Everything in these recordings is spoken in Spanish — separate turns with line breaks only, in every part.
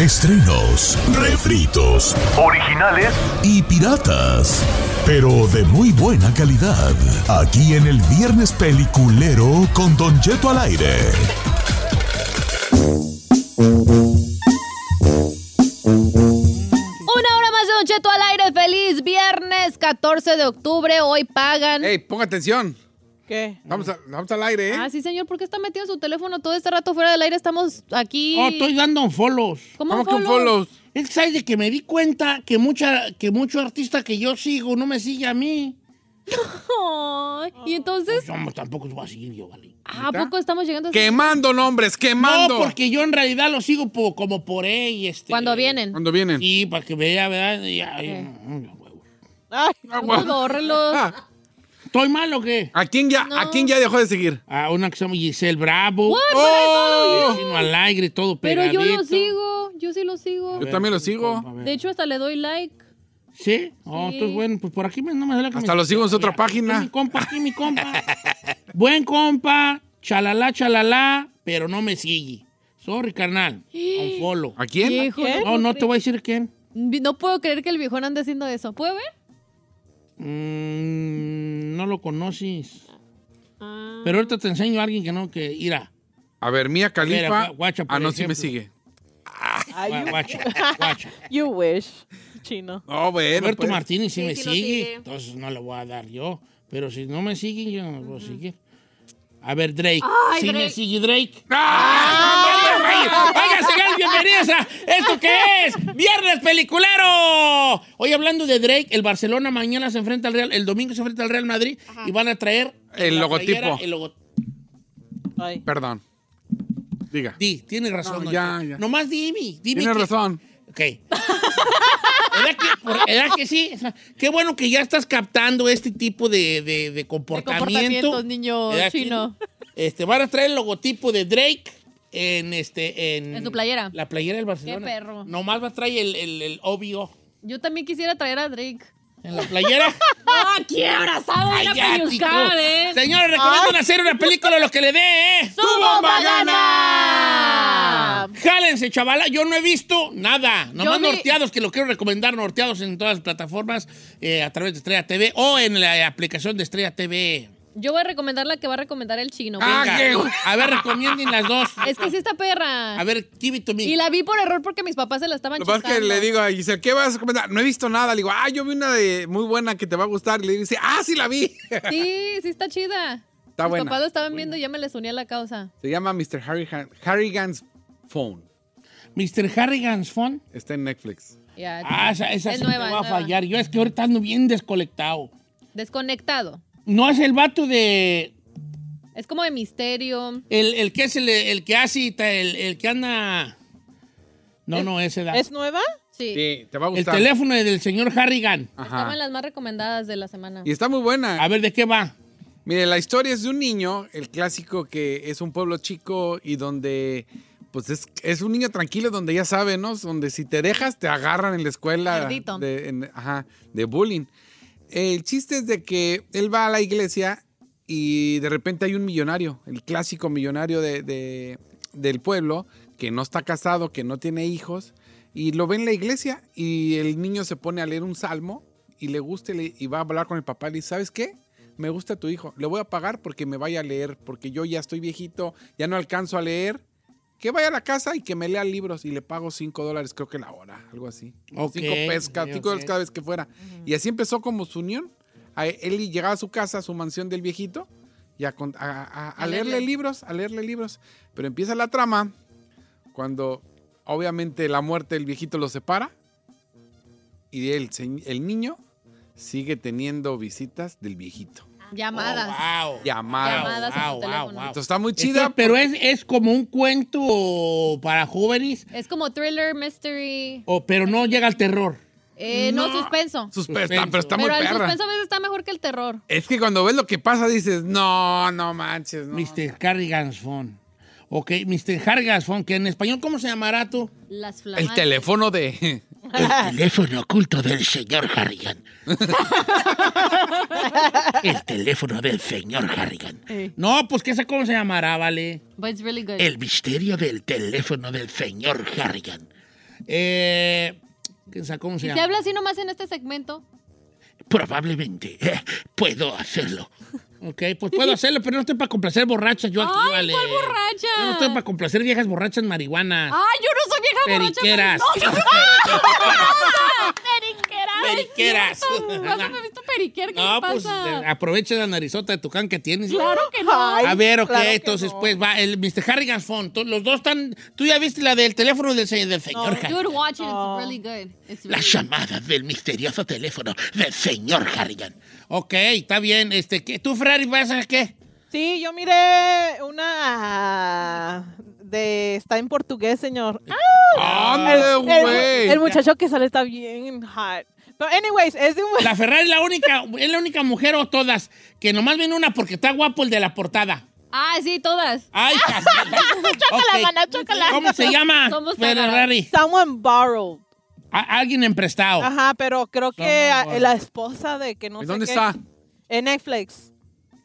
Estrenos, refritos
Originales
y piratas, pero de muy buena calidad. Aquí en el Viernes Peliculero con Don Jeto al aire.
Una hora más de Don Cheto al aire. Feliz viernes 14 de octubre. Hoy pagan.
Ey, ponga atención.
¿Qué?
Vamos, a- vamos al aire, ¿eh?
Ah, sí, señor. ¿Por qué está metido su teléfono todo este rato fuera del aire? Estamos aquí.
Oh, estoy dando follows.
¿Cómo ¿Cómo que un follows? follows?
Es que sabes de que me di cuenta que mucha, que mucho artista que yo sigo no me sigue a mí.
Ay, y entonces,
No, tampoco os voy a seguir yo, vale.
¿a poco estamos llegando a-
Quemando nombres, quemando.
No, porque yo en realidad lo sigo po- como por ahí, este.
Cuando vienen.
Cuando vienen.
Sí, para que vea, ¿verdad? Y- ay,
Eh.
mm, mm, huevo.
Ay,
Ah, bueno.
bórrelos.
Ah,
¿Estoy mal o qué?
¿a, quién ya, ¿A quién ya dejó de seguir?
A una que se llama Giselle Bravo. Oh.
What? But I follow you.
Chino alegre, todo
Pero
pegadito.
yo lo sigo. Yo sí lo sigo.
Yo también lo sigo.
A ver.
De hecho, hasta le doy like.
¿Sí? Oh,
Sí.
entonces, bueno, pues por aquí me- no me da la que
Hasta
me-
lo sigo en su otra
Mira,
página.
aquí Mi compa, aquí mi compa. Buen compa, chalala, chalala, pero no me sigue. Sorry, carnal. Un follow.
¿A quién?
Hijo,
No, no te
puedo
voy a decir quién.
creer- no puedo creer que el viejón ande haciendo eso. ¿Puedo ver?
Mm, no lo conoces.
Ah.
Pero ahorita te enseño a alguien que no, que irá.
A ver, Mía Califa.
Espera, gua- guacha, por
ah, no, sí me
ejemplo.
sigue.
Gua- Guacha, guacha.
You wish, chino.
No, bueno.
Roberto
pues.
Martínez sí,
Sí,
me
sí lo
sigue,
sigue.
entonces no le voy a dar yo. Pero si no me siguen, yo no lo voy a seguir. A ver, Drake. sí me sigue Drake. Ah, ¡Oigan, sean bienvenidos a esto que es Viernes Peliculero. Hoy hablando de Drake, el Barcelona mañana se enfrenta al Real, el domingo se enfrenta al Real Madrid y van a traer
El
la
logotipo.
playera, el logo-
Ay.
Perdón. Diga.
Di, tienes razón.
No,
No,
ya, ya.
Nomás dime, dime.
Tienes
que-
razón.
Ok. ¿Edad que, por- edad que sí? O sea, qué bueno que ya estás captando este tipo de, de- de comportamiento.
comportamientos, niño
¿Edad que-
chino.
Este, van a traer el logotipo de Drake en este. En,
En su playera.
La playera del Barcelona.
Qué perro.
Nomás va a traer el, el, el obvio.
Yo también quisiera traer a Drake.
En la playera.
¡Ah, quiebra! ¡Sabe
Ay, ya, chico.
eh!
Señores, recomiendan hacer una película lo que le dé, ¿eh?
¡Su bomba gana!
Jálense, chavala. Yo no he visto nada. Nomás
vi-
norteados, que lo quiero recomendar, norteados en todas las plataformas, eh, a través de Estrella TV o en la aplicación de Estrella TV.
Yo voy a recomendar la que va a recomendar el chino.
Ah,
Venga.
qué-
A ver, recomienden las dos.
Es que sí está perra.
A ver, give it to me.
Y la vi por error porque mis papás se la estaban
Lo que pasa es que
chutando.
le digo a Giselle, ¿qué vas a comentar? No he visto nada. Le digo, ah, yo vi una de muy buena que te va a gustar. Y le dice, ah, sí la vi.
Sí, sí está chida.
Está
mis
buena.
papás lo estaban viendo y ya me les uní a la causa.
Se llama Mr. Harrigan- Harrigan's Phone.
Mr. Harrigan's Phone.
Está en Netflix.
Ya,
Ah, esa, esa
Es
sí
nueva,
te
es
va a
nueva.
fallar. Yo es que ahorita ando bien descolectado.
Desconectado.
No es el vato de.
Es como de misterio.
El, el que es el, el que hace. y ta- El, el que anda. No, no, ese da.
¿Es nueva?
Sí.
Sí, Eh, te va a
el
gustar.
teléfono del señor Harrigan.
Estaban
Ajá.
las más recomendadas de la semana.
Y está muy buena.
A ver, ¿de qué va?
Mire, la historia es de un niño, el clásico que es un pueblo chico y donde, pues es, es un niño tranquilo, donde ya sabe, ¿no? Donde si te dejas te agarran en la escuela
Cerdito.
de, en- ajá, de bullying. El chiste es de que él va a la iglesia y de repente hay un millonario, el clásico millonario de- de- del pueblo, que no está casado, que no tiene hijos, y lo ve en la iglesia y el niño se pone a leer un salmo y le gusta y, le- y va a hablar con el papá y le dice, ¿sabes qué? Me gusta tu hijo, le voy a pagar porque me vaya a leer, porque yo ya estoy viejito, ya no alcanzo a leer, que vaya a la casa y que me lea libros y le pago 5 dólares, creo que la hora, algo así. 5
Ok,
pesos, cada-
ok,
cinco dólares
ok.
cada vez que fuera. Y así empezó como su unión. A- Él llegaba a su casa, a su mansión del viejito, y a, con- a- a- a leerle
leerle.
libros, a leerle libros. Pero empieza la trama cuando obviamente la muerte del viejito lo separa y el, se- el niño sigue teniendo visitas del viejito.
Llamadas.
Oh, wow.
Llamadas.
Llamadas a su teléfono.
Entonces está muy
Chida,
chida.
pero es, es como un cuento para jóvenes,
Es como thriller, mystery,
o, pero no llega al terror.
eh, no. suspenso.
Suspenso,
Suspenso.
pero está muy
Pero el
perra.
suspenso a veces está mejor que el terror.
Es que cuando ves lo que pasa dices, no, no manches, no.
Mr. Carrigan's Phone. Ok, Mr. Carrigan's Phone, que en español, ¿cómo se llamará tú?
Las flamantes.
El teléfono de...
El teléfono oculto del señor Harrigan. El teléfono del señor Harrigan. No, pues que esa cómo se llamará, vale.
But it's really good.
El misterio del teléfono del señor Harrigan. Eh, ¿esa ¿Cómo se
Si
llama?
se habla así nomás en este segmento,
Probablemente eh, puedo hacerlo. Ok, pues puedo hacerlo, pero no estoy para complacer borrachas yo aquí,
Ay,
vale.
¿cuál borracha? Ah,
Yo no estoy para complacer viejas borrachas marihuanas.
¡Ay, yo no soy vieja borracha!
Periqueras.
pero- ¡No, yo soy periqueras!
Periqueras.
¿Cuándo me he visto periquera? ¿Qué
No,
le
pues
pasa?
eh, aprovecha la narizota de tucán que tienes.
Claro que no.
A ver, ok,
claro que
entonces,
no.
pues va, el Mr. Harrigan's Phone. Tú- Los dos están. Tú ya viste la del teléfono del, se- del señor Harrigan.
Dude, watch it.
Oh.
It's really good. It's really good.
llamadas del misterioso teléfono del señor Harrigan. Ok, está bien. Este, ¿qué? ¿Tú, Ferrari, vas a qué?
Sí, yo miré una de está en portugués, señor.
¡Ande,
El- el, el
güey!
muchacho que sale está bien hot. Pero anyways, es de un
La Ferrari es la única, es la única mujer o todas que nomás viene una porque está guapo el de la portada.
Ah, sí, todas.
Ay, chócala,
mana, chócala.
¿Cómo se llama?
Somos
Ferrari.
someone borrowed.
A- alguien emprestado.
Ajá, pero creo que
Someone
a-
borrowed.
la esposa de que no sé
¿Dónde
qué-
está?
En Netflix.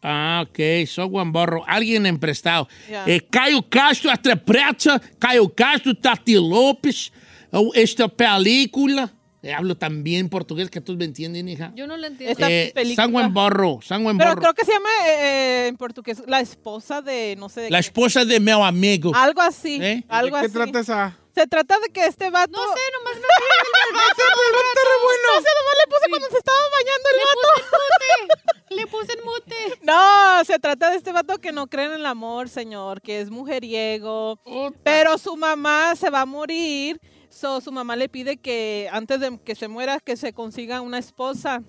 Ah, ok. Someone borrow. Alguien emprestado.
Ya.
Eh, Caio Castro, Atre Preta, Caio Castro, Tati López, oh, esta película. Eh, hablo tan bien portugués que tú me entienden, hija.
Yo no lo entiendo.
Esta
Eh,
película-
Someone borrow. Someone
Pero
borrow.
creo que se llama eh, eh, en portugués la esposa de no sé de
La
qué.
esposa de meu amigo.
Algo así.
¿Eh?
¿De
Algo
qué
así.
trata esa?
Se trata de que este vato.
No sé, nomás me fui del
Está
barbazo.
re bueno. No sé, nomás le puse cuando se estaba bañando el
Le
vato.
puse en mute. Le puse en mute.
No, se trata de este vato que no cree en el amor, señor, que es mujeriego. Pero su mamá se va a morir. So, su mamá le pide que antes de que se muera, que se consiga una esposa.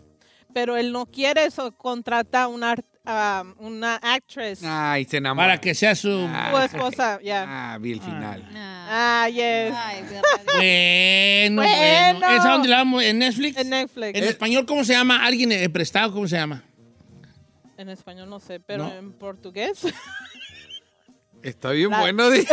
Pero él no quiere eso. Contrata una, art- a una actress.
Ay, se enamora.
Para que sea su.
Su esposa, ya.
Ah, vi el final.
Ah.
Ah, yes.
Ay, Ferrari.
Bueno, bueno.
Bueno.
¿Esa dónde la vamos? ¿En Netflix?
En Netflix.
¿En
Eh.
español cómo se llama? ¿Alguien emprestado cómo se llama?
En español no sé, pero
No.
en portugués.
Está bien
La-
bueno. di-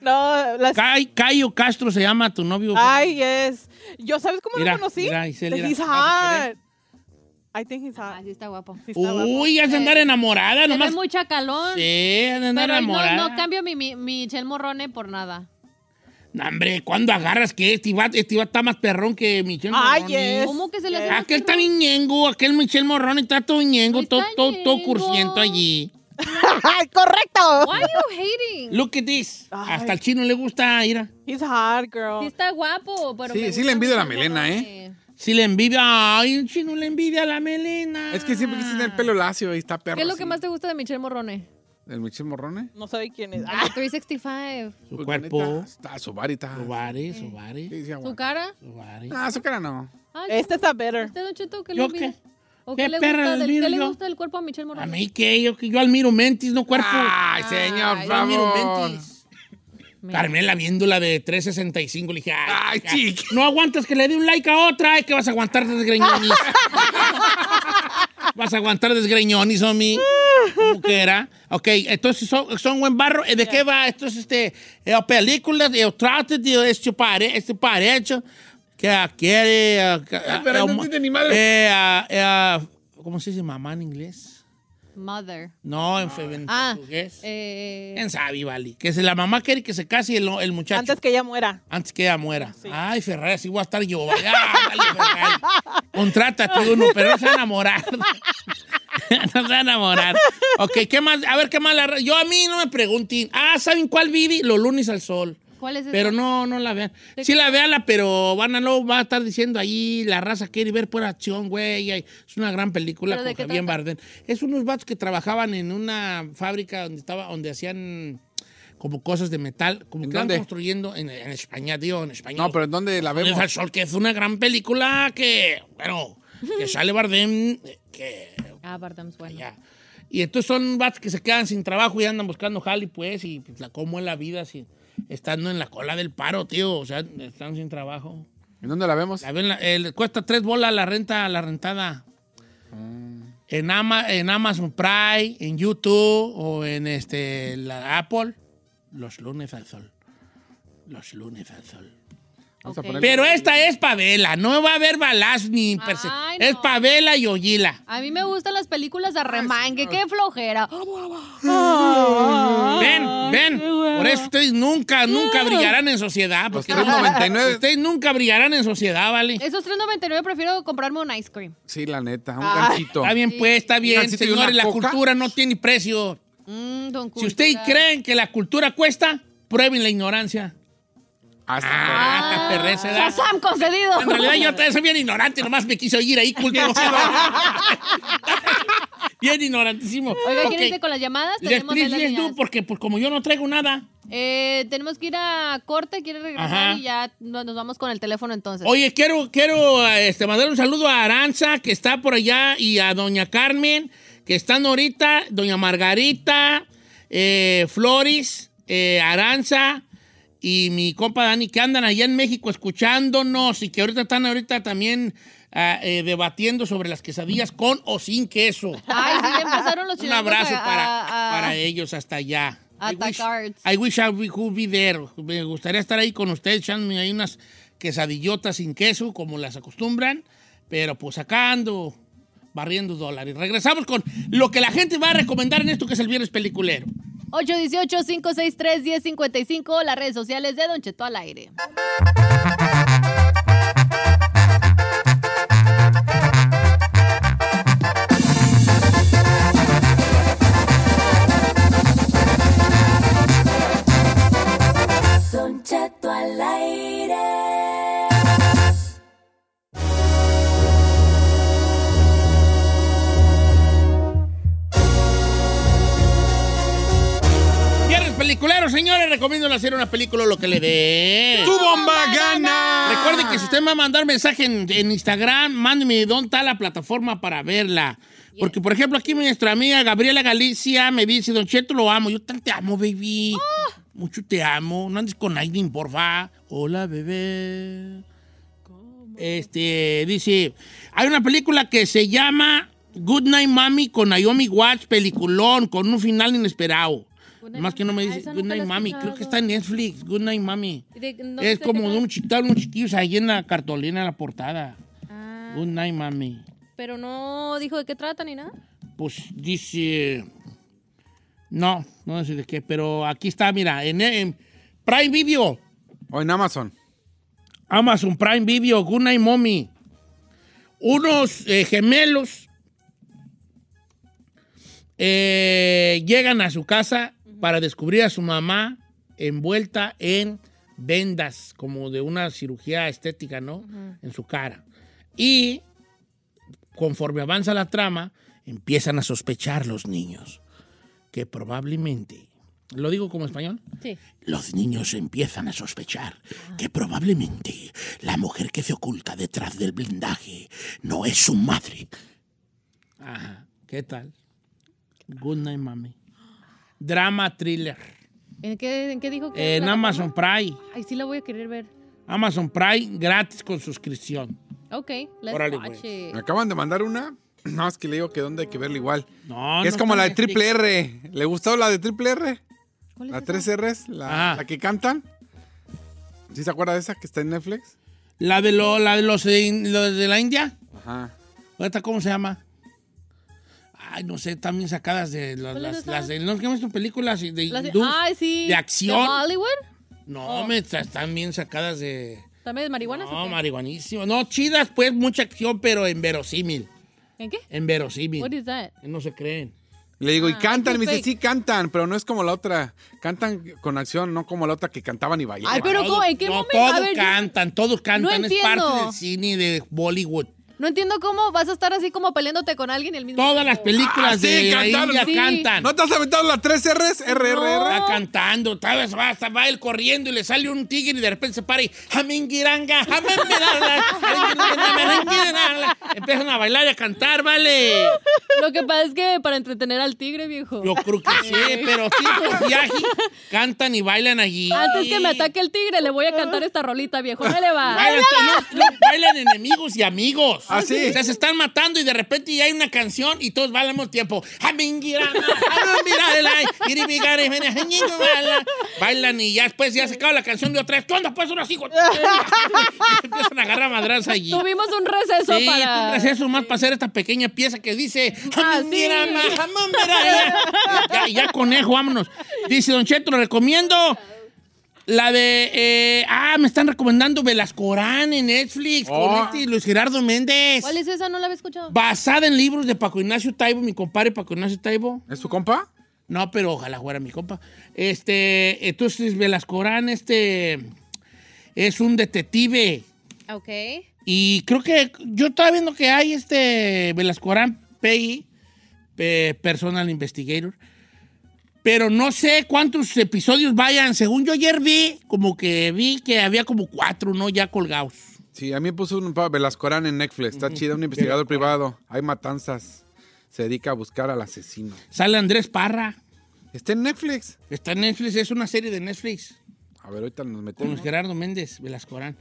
no, las.
Cai- Caio Castro se llama tu novio.
Ay, yes. ¿Yo sabes cómo
Mira,
lo conocí?
mira, Isel, mira.
He's
Vas a
hot. I think he's
Ah,
hot.
sí, está guapo.
Sí está guapo.
Uy, has de andar enamorada
Tiene
nomás.
mucha calón.
Sí, has de andar
Pero no,
enamorada.
no cambio mi, mi, mi Chel Morrone por nada.
No, hombre, ¿cuándo agarras que este vato este vato está más perrón que Michel
Ay,
Morrone?
yes.
¿Cómo que se le hace? más
Aquel está
perro?
bien ñengo, aquel Michel Morrone está todo ñengo,
Está
todo, todo, todo
ñengo.
cursiento allí.
Ay, correcto.
Why are you hating?
Look at this.
Ay.
Hasta al chino le gusta, Ira.
He's hot,
Sí
girl.
está guapo, pero
Sí,
me
sí
gusta
le envidio la
Michel
melena, ¿eh?
Morrone.
Si le envidia, ay, el chino le envidia la melena.
Es que siempre quise tener el pelo lacio y está perro.
¿Qué es lo
así.
que más te gusta de Michelle Morrone?
¿El Michel Morrone?
No sabe quién es.
El 365.
Su
Pues,
cuerpo,
neta, Está, su varita.
su bares, su bares,
Sí, sí,
¿Su
aguanta.
cara?
su bares.
Ah, su cara no.
Ay,
Este está better.
¿Usted, Don Cheto, qué le
¿Yo qué?
envidia? ¿O
¿Qué
qué le
perra
gusta
le
del,
envidio
qué le
yo?
gusta del cuerpo a Michelle Morrone?
A mí que yo, que yo admiro mentis, no cuerpo.
Ay, señor,
Ay,
por favor.
Mira.
Carmela viendo la de 365, le dije, ay,
Ay,
hija,
chica.
no aguantas que le dé un like a otra, ay, que vas a aguantar desgreñonis. vas a aguantar desgreñonis, homie. ¿Cómo que era? Ok, entonces son, son buen barro. Eh, ¿De qué va? Esto es este, eh, película, eh, trata de este pare, este parecho que ah, quiere... ah, que, ah,
pero
eh,
no entiende ni madre.
eh, ah, eh, ah, ¿Cómo se dice mamá en inglés?
Mother.
No, en, fe- en
Ah,
portugués.
eh,
¿Quién sabe, Vali? Que si la mamá quiere que se case el, el muchacho
Antes
antes,
que ella muera.
que ella muera. Ay, Ferrari, así voy a estar yo. Vali. Ah, vale, Ferrari. Contrátate uno, pero no se va a enamorar. no se va a enamorar. ok, ¿qué más? A ver, ¿qué más? La... Yo a mí no me pregunten. Ah, ¿saben cuál viví? Los lunes al sol.
¿Cuál es ese?
Pero no, no la vean. Sí la veanla, pero van a no va a estar diciendo ahí la raza quiere ver por acción, güey. ay, Es una gran película
¿Pero
con
de qué
Javier Bardem. Es unos vatos que trabajaban en una fábrica donde estaba, donde hacían como cosas de metal, como
¿En
que estaban
dónde?
construyendo en, en España, tío, en España.
No, pero ¿en dónde la
Lunes
vemos?
al Sol, que es una gran película que, bueno, que sale Bardem, que
Ah, Bardem's bueno.
ya. Y entonces son vatos que se quedan sin trabajo y andan buscando jali, pues, y pues, la cómo es la vida si, estando en la cola del paro, tío. O sea, están sin trabajo.
¿En dónde la vemos?
La ven la- eh, le cuesta tres bolas la renta, la rentada.
Ah.
En, Ama- en Amazon Prime, en YouTube o en este, la Apple, los lunes al sol. Los lunes al sol.
Vamos a
Ok.
ponerle-
Pero esta es pavela, no va a haber balas ni perse-
Ay,
Es
no.
pavela y ollila.
A mí me gustan las películas de remangue. ¡Qué flojera!
Ah,
Ah,
Ven, ven. Por eso ustedes nunca, nunca brillarán en sociedad. Porque
Los 3.99.
Ustedes nunca brillarán en sociedad, ¿vale?
Esos 3.99 prefiero comprarme un ice cream.
Sí, la neta, un
Ah.
ganchito.
Está bien, pues, está bien,
gancito y una
señores. La
coca.
cultura no tiene precio.
Mm, don
Si ustedes
Cultura.
creen que la cultura cuesta, prueben la ignorancia.
Ah, sí,
Ah, esta perreza, ¿verdad?
¡Ya Sam concedido!
En realidad yo también soy bien ignorante, nomás me quiso ir ahí culto. bien ignorantísimo.
Oiga,
Ok.
¿quién dice con las llamadas?
Les-
Tenemos
les-
las
les-
líneas.
tú, porque pues, como yo no traigo nada.
Eh, tenemos que ir a corte, quiere regresar
Ajá.
y ya no- nos vamos con el teléfono entonces.
Oye, quiero, quiero este, mandar un saludo a Aranza, que está por allá, y a Doña Carmen, que están ahorita, Doña Margarita, eh, Floris, eh, Aranza y mi compa Dani, que andan allá en México escuchándonos y que ahorita están ahorita también ah, eh, debatiendo sobre las quesadillas con o sin queso.
Ay, sí, ya empezaron los
Un
chilangos
abrazo
a-
para,
a- a-
para ellos hasta allá. I wish,
Atacards.
I wish I would- could be there. Me gustaría estar ahí con ustedes echándome ahí unas quesadillotas sin queso, como las acostumbran, pero pues acá ando barriendo dólares. Regresamos con lo que la gente va a recomendar en esto que es el viernes peliculero.
818-563-1055, las redes sociales de Don Cheto al aire.
Viernes peliculero, señores, recomiendo hacer una película lo que le dé.
¡Tu bomba gana!
Recuerden que si usted me va a mandar mensaje en, en Instagram, mándeme dónde está la plataforma para verla. Porque, por ejemplo, aquí nuestra amiga Gabriela Galicia me dice, Don Cheto, lo amo. Yo tan te amo, baby.
Ah.
Mucho te amo. No andes con alguien, porfa. Hola, bebé. Este, dice, hay una película que se llama Good Night Mommy con Naomi Watts, peliculón, con un final inesperado. Más que no me
Ah,
dice
esa
Good
nunca la
Night
he
Mommy, creo que
escuchado.
está en Netflix, Good Night Mommy.
¿Y de- no
Es
sé
como
qué
de un chiquito, unos chiquillos ahí en la cartolina, en la portada.
Ah,
Good night, mami.
pero no dijo de qué trata ni nada.
Pues dice. No, no sé de qué, pero aquí está, mira, en, en Prime Video,
O en Amazon.
Amazon Prime Video, Good Night Mommy. Unos eh, gemelos eh, llegan a su casa para descubrir a su mamá envuelta en vendas, como de una cirugía estética, ¿no? En su cara. Y conforme avanza la trama, empiezan a sospechar los niños que probablemente, ¿lo digo como español?
Sí.
Los niños empiezan a sospechar que probablemente la mujer que se oculta detrás del blindaje no es su madre. Ajá, ¿qué tal? Good night, mami. Drama thriller.
¿En qué, en qué dijo que
En
la-
Amazon Prime.
Ay, sí la voy a querer ver.
Amazon Prime gratis con suscripción.
Ok, let's
Órale, pues.
watch
güey.
it.
Me acaban de mandar una. No, es que le digo que dónde hay que verla igual.
No,
es
no
como
está
la
en
de Triple
Netflix.
R. ¿Le gustó la de Triple R?
¿Cuál es
La
esa?
3 Rs, la,
Ah.
la que cantan. ¿Sí se acuerda de esa que está en Netflix?
La de, lo- la de los, in- los de la India.
Ajá.
¿Ahorita cómo se llama? Ay, no sé, también sacadas de las,
¿Cuál es
las,
esa?
las de... ¿No hemos visto películas de
La de-
hindús?
Ay, sí.
de acción.
¿De Hollywood? Oh.
No, me tra- están bien sacadas de...
¿También de marihuana?
No, marihuanísimo. No, chidas, pues, mucha acción, pero en verosímil.
¿En qué?
en verosímil.
What is that?
Eh, No se creen.
Le digo, ¿y
Ah,
cantan? Y me dice,
fake.
sí, cantan, pero no es como la otra. Cantan con acción, no como la otra que cantaban y bailaban.
Ay, pero
Todos-
¿cómo? ¿En qué
no,
momento? A
Todos
ver, yo-
cantan, todos cantan. es
entiendo.
parte del cine y de Bollywood.
No entiendo cómo vas a estar así como peleándote con alguien y el mismo.
Todas las películas
Ah, sí,
de la
cantaron.
India
Sí.
cantan.
¿No te has aventado las tres R's? RRR.
Está cantando, tal vez va, hasta va él corriendo y le sale un tigre y de repente se para y jamingiranga, jamingiranga, jamingiranga". Empiezan a bailar y a cantar, ¿vale?
Lo que pasa es que para entretener al tigre, viejo.
Yo creo que sí, pero sí, por viaje, cantan y bailan allí.
Antes que me ataque el tigre, le voy a cantar esta rolita, viejo. No le va.
Bailan, no, no, bailan enemigos y amigos.
Ah, sí.
O sea, se están matando y de repente ya hay una canción y todos bailan al mismo tiempo. Jamingiranga, jamingiranga, iribigare, jamingiranga. Bailan y ya después ya se acaba la canción de otra vez. ¿Qué onda, pues, unos hijos? Empiezan a agarrar madras allí.
Tuvimos un receso
Sí, tú
para.
crees eso más para hacer esta pequeña pieza que dice
Ah, sí.
mira, ma, jamón, mira, ya, ya, ya, conejo, vámonos. Dice Don Cheto, recomiendo la de eh, ah, me están recomendando Velascorán en Netflix
Oh.
con este Luis Gerardo Méndez.
¿Cuál es esa? No la había escuchado.
Basada en libros de Paco Ignacio Taibo, mi compadre Paco Ignacio Taibo.
¿Es tu compa?
No, pero ojalá fuera mi compa. Este, entonces Velascorán, este es un detective.
Ok.
Y creo que yo estaba viendo que hay este Velascorán PI, eh, Personal Investigator, pero no sé cuántos episodios vayan. Según yo ayer vi, como que vi que había como cuatro, ¿no? Ya colgados.
Sí, a mí me puso un pa- Velascorán en Netflix. Está chida, un investigador privado. Hay matanzas. Se dedica a buscar al asesino.
Sale Andrés Parra.
Está en Netflix.
Está en Netflix, es una serie de Netflix
A ver, ahorita nos
con Luis
metemos.
Gerardo Méndez, Velascorán.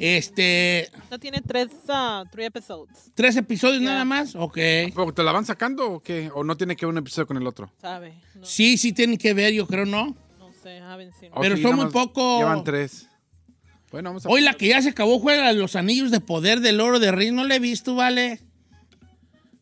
Este,
No tiene tres, ah, three episodes,
tres episodios nada más. Ok.
Pero, ¿Te la van sacando o qué? ¿O no tiene que ver un episodio con el otro?
¿sabe? No,
Sí, sí tienen que ver, yo creo, ¿no?
no sé, haven't seen
Oh,
Pero son
nada
muy
más
poco-
Llevan tres. Bueno, vamos a...
Hoy la que ya se acabó fue la de los anillos de poder del oro de Rey. No la he visto, ¿vale?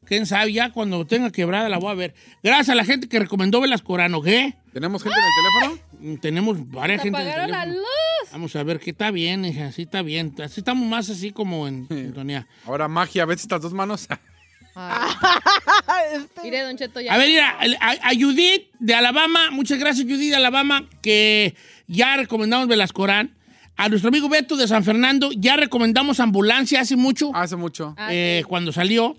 ¿Quién sabe? Ya cuando tenga quebrada la voy a ver. Gracias a la gente que recomendó Velascorano, ¿qué?
¿Tenemos gente en el teléfono?
Mm, Tenemos varias gente. en el
Apagaron la
teléfono.
luz.
Vamos a ver qué está bien, hija. Sí está bien. Así estamos más así como en sintonía.
Ahora magia, ¿ves estas dos manos?
Mire, Don Cheto, ya.
A ver, mira, a, a Judith de Alabama, muchas gracias Judith de Alabama, que ya recomendamos Velascorán. A nuestro amigo Beto de San Fernando, ya recomendamos Ambulancia hace mucho.
Hace mucho.
eh, cuando salió.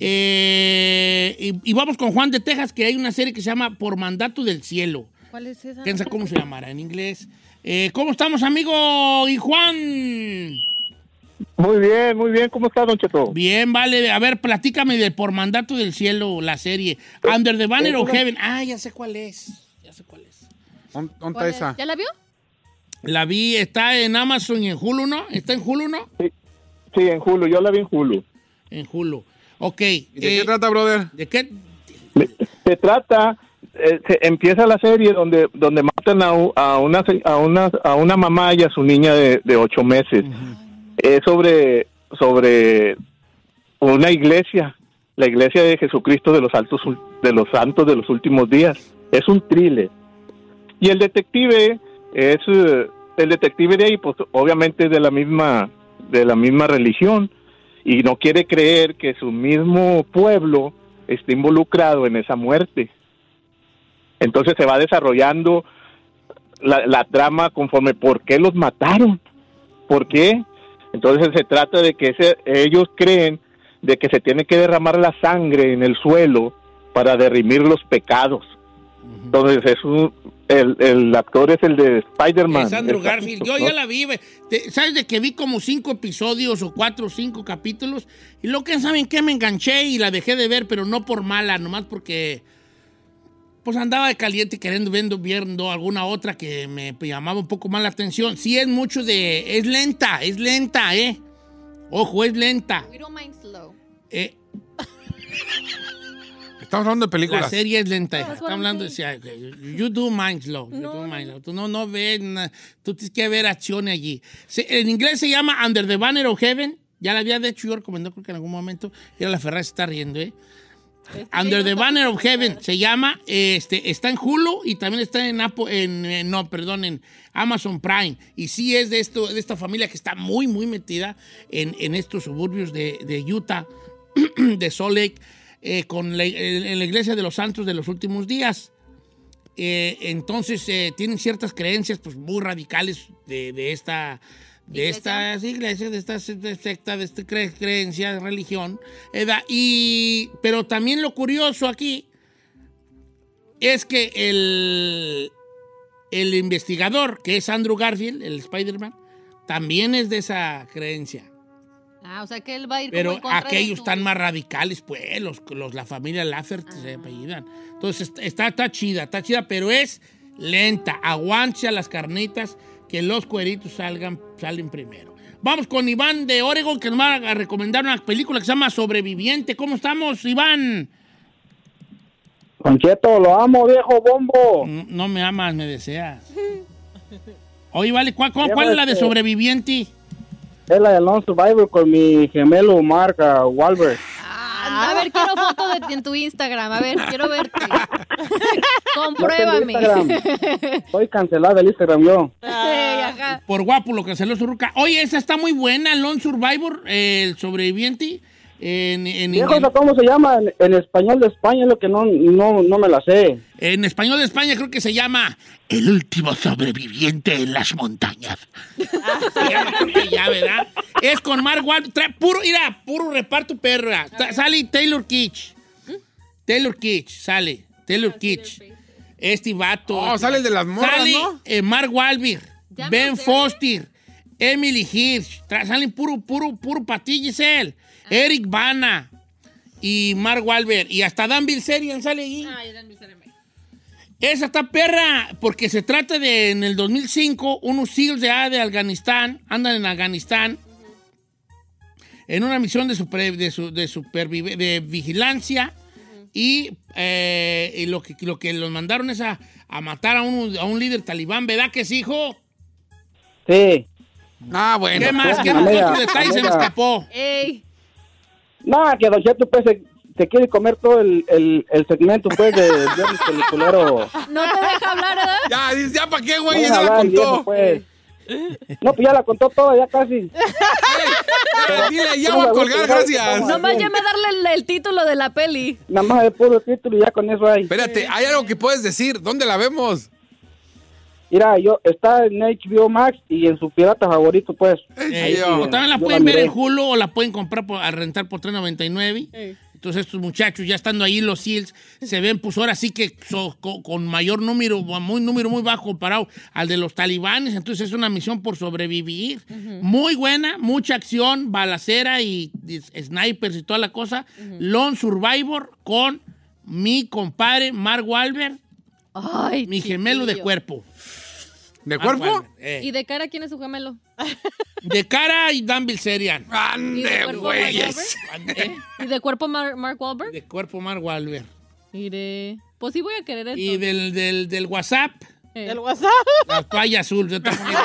Eh, y, y vamos con Juan de Texas, que hay una serie que se llama Por Mandato del Cielo.
¿Cuál es esa?
Piensa cómo se llamará en inglés. Eh, ¿Cómo estamos, amigo? Y Juan.
Muy bien, muy bien. ¿Cómo está, Don Cheto?
Bien, vale. A ver, platícame de Por Mandato del Cielo, la serie. Under the Banner of Heaven. Ah, ya sé cuál es. Ya sé cuál es.
¿Dónde
¿Cuál
está
es?
ah.
esa?
¿Ya la vio?
La vi, está en Amazon y en Hulu, ¿no? ¿Está en Hulu, no?
Sí, en Hulu. Yo la vi en Hulu.
En Hulu. Ok.
¿Y de
eh,
qué trata, brother?
¿De qué?
Se trata, eh, se- empieza la serie donde donde matan a, u- a una se- a una a una mamá y a su niña de, de ocho meses. Es sobre sobre una iglesia, la iglesia de Jesucristo de los altos ul- de los santos de los últimos días. Es un thriller. Y el detective es eh, el detective de ahí, pues obviamente es de la misma de la misma religión y no quiere creer que su mismo pueblo está involucrado en esa muerte. Entonces se va desarrollando la, la trama conforme por qué los mataron, por qué. Entonces se trata de que ese- ellos creen de que se tiene que derramar la sangre en el suelo para derrimir los pecados. Entonces es un- el, el actor es el de Spider-Man.
Es Andrew
el-
Garfield. Yo
¿no?
ya la vi. ve. Te- ¿Sabes de que vi como cinco episodios o cuatro o cinco capítulos? Y lo que saben que me enganché y la dejé de ver, pero no por mala, nomás porque pues andaba de caliente queriendo viendo, viendo alguna otra que me llamaba un poco más la atención. Sí, es mucho de... Es lenta, es lenta, ¿eh? Ojo, es lenta.
We don't mind slow.
Eh,
Estamos hablando de
la
películas.
serie es lenta. hija.
No, es
Está hablando de... You do mind slow. You do mind slow. Tú no, no ves... na- Tú tienes que ver acción allí. Se- en inglés se llama Under the Banner of Heaven. Ya la había de hecho yo recomendó creo que en algún momento. Mira, la Ferrari se está riendo, ¿eh? Under the Banner of Heaven se llama, este, está en Hulu y también está en Apple, en, eh, no, perdón, en Amazon Prime. Y sí es de esto, de esta familia que está muy, muy metida en, en estos suburbios de, de Utah de Salt Lake, eh, con la- en en la iglesia de los santos de los últimos días. Eh, entonces eh, tienen ciertas creencias pues, muy radicales de, de esta de
Iglesia.
estas iglesias, de estas de secta, de esta cre- creencia, de religión, edad. Y, pero también lo curioso aquí es que el, el investigador, que es Andrew Garfield, el Spider-Man, también es de esa creencia.
Ah, o sea que él va a ir como
Pero
en contra de
aquellos
tu-
están más radicales, pues, los, los- la familia Lafferty
Ah.
se apellidan. Entonces, está, está chida, está chida, pero es lenta. Aguance a las carnitas que los cueritos salgan, salen primero. Vamos con Iván de Oregon, que nos va a recomendar una película que se llama Sobreviviente. ¿Cómo estamos, Iván?
Concheto, lo amo, viejo bombo.
Mm, No me amas, me deseas. Oye, vale, ¿cuál, cuál-
Ya
cuál es la de
este-
sobreviviente?
Es la de Non Survivor con mi gemelo Marca Walbert.
Ah, a ver, quiero fotos de ti en tu Instagram. A ver, quiero verte.
No tengo
Compruébame.
Instagram. Soy cancelada el Instagram yo.
Ey, ajá.
Por guapo lo canceló su ruca. Oye, esa está muy buena, Lone Survivor, eh, el sobreviviente. En, en,
Viejo,
en-
¿eso ¿cómo se llama? En, en español de España es lo que no, no, no me la sé.
en español de España creo que se llama El último sobreviviente en las montañas. Se llama, creo que ya, ¿verdad? Es con Mark Wahlberg. Trae puro, mira, puro reparto perra. Tra- sale Taylor Kitsch. Taylor Kitsch, sale. Taylor Kitsch. Este vato.
Oh,
este
sale el
vato.
de las morras,
Sale,
¿no?
eh, Mark Wahlberg,
Ya me
Ben
sé.
Foster, Emily Hirsch. Tra- Salen puro, puro, puro patillas él.
Ah.
Eric Bana y Mark Wahlberg. Y hasta Dan Bilzerian sale ahí.
Ah,
Esa está perra, porque se trata de en el 2005, unos SEALs de A de Afganistán andan en Afganistán en una misión de, supre- de, su- de supervive- de vigilancia y, eh, y lo, que, lo que los mandaron es a, a matar a un, a un líder talibán, ¿verdad que es hijo?
Sí.
Ah, bueno.
¿Qué más? ¿Qué
pues,
más?
amiga,
Otro detalle se me
amiga.
escapó.
Ey,
Nada, que Don Cheto pues se, se quiere comer todo el, el, el segmento pues de viernes peliculero.
no te deja hablar, ¿verdad?
Ya, dice, ya para qué, güey,
Vamos a
ya se la
hablar, viejo,
contó.
pues. No, pues ya la contó toda, ya casi.
Eh, Dile, ya
No,
voy a
la
colgar,
última,
gracias.
vamos.
Nomás ya me darle el, el título de la peli.
Nada más el puro título y ya con eso hay.
Espérate, hay algo que puedes decir. ¿Dónde la vemos?
Mira, yo está en HBO Max y en su pirata favorito pues.
Eh,
yo.
o también la
Yo la
pueden ver
miré.
en Hulu o la pueden comprar por- a rentar por 3.99. Entonces estos muchachos ya estando ahí los Seals se ven pues ahora sí que so- co- con mayor número, muy número muy bajo comparado al de los talibanes, entonces es una misión por sobrevivir. Muy buena, mucha acción, balacera y, y snipers y toda la cosa. Lone Survivor con mi compadre Mark Wahlberg,
Ay,
mi gemelo de
chiquillo.
cuerpo.
¿De
Mark
cuerpo?
Wahlberg, eh.
¿Y de cara quién es su gemelo?
De cara y Dan Bilzerian.
¿Y de
¡Ande,
cuerpo,
güeyes!
Eh,
¿Y de cuerpo Mar- Mark Wahlberg?
De cuerpo Mark Wahlberg.
Iré. Pues sí voy a querer esto.
Y del, del, del WhatsApp,
Eh.
El WhatsApp.
la toalla azul. de otra manera.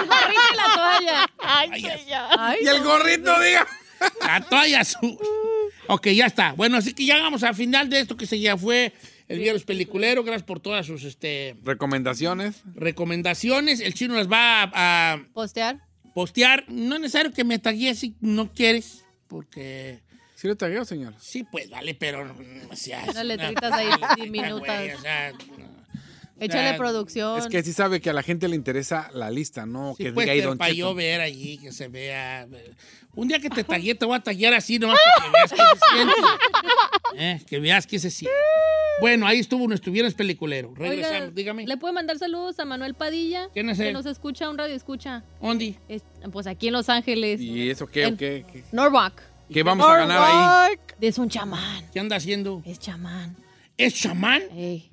El gorrito y la toalla.
Ay, señor.
Ay,
Y el gorrito, diga.
La toalla azul. Ok, ya está. Bueno, así que ya vamos al final de esto que se ya fue el viernes peliculero. Gracias por todas sus este,
Recomendaciones.
recomendaciones. El chino las va a, a
Postear.
postear. No es necesario que me taguees si no quieres, porque...
¿Sí lo tagueo, señor?
Sí, pues vale, pero... mm, O sea,
Las
es una-
letritas ahí diminutas.
güey, o sea, no.
Échale
Ya.
producción.
eh, Es que sí sabe que a la gente le interesa la lista, ¿no?
Sí,
que
pues,
diga ahí
pero
Don
para
Cheto.
yo ver allí, que se vea. eh, Un día que te tagué, te voy a taguear así nomás para que veas qué se siente. Eh, que veas qué se siente. Bueno, ahí estuvo nuestro viernes peliculero.
Oiga,
Regresamos, dígame.
¿Le puede mandar saludos a Manuel Padilla?
¿Quién es
Que
él?
nos escucha, un radio escucha.
¿Ondi?
Es- pues aquí en Los Ángeles.
¿Y eso qué?
En-
¿Qué, qué-
Norwalk.
qué vamos a ganar ahí?
Work.
Es un chamán.
¿Qué anda haciendo?
Es chamán.
¿Es chamán?
Ey.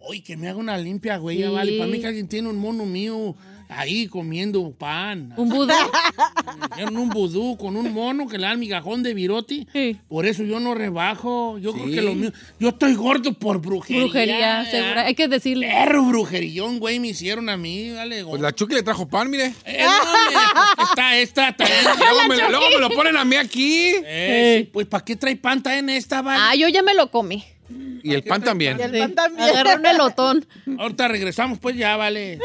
Oye, que me haga una limpia, güey. ya
Sí.
Vale, para mí que alguien tiene un mono mío ahí comiendo pan.
Un Buda.
Hicieron un vudú con un mono que le dan migajón de viroti.
Sí.
Por eso yo no rebajo. Yo creo
Sí.
que lo mío. Yo estoy gordo por brujería.
Brujería,
¿verdad?
segura. Hay que decirle.
Perro brujerillón, güey, me hicieron a mí, dale,
Pues
gordo.
la Chucky le trajo pan, mire.
Eh, no, me- está esta, también.
Luego me, luego me lo ponen a mí aquí.
Eh, sí, pues, ¿para qué trae panta en esta, vale?
Ah, yo ya me lo comí.
Y el pan también.
Y el
Sí.
pan también.
Agarré un elotón.
Ahorita regresamos, pues ya, vale.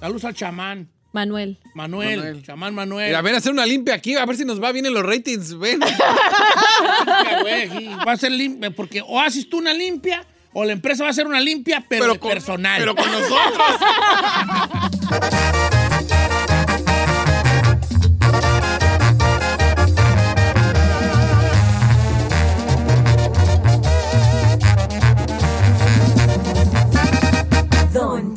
Saludos al chamán.
Manuel.
Manuel,
Manuel.
chamán Manuel.
Mira, a ver, hacer una limpia aquí, a ver si nos va bien en los ratings. Ven.
Limpia, güey, y Va a ser limpia, porque o haces tú una limpia o la empresa va a hacer una limpia, pero, de
con-
personal.
Pero con nosotros.
Don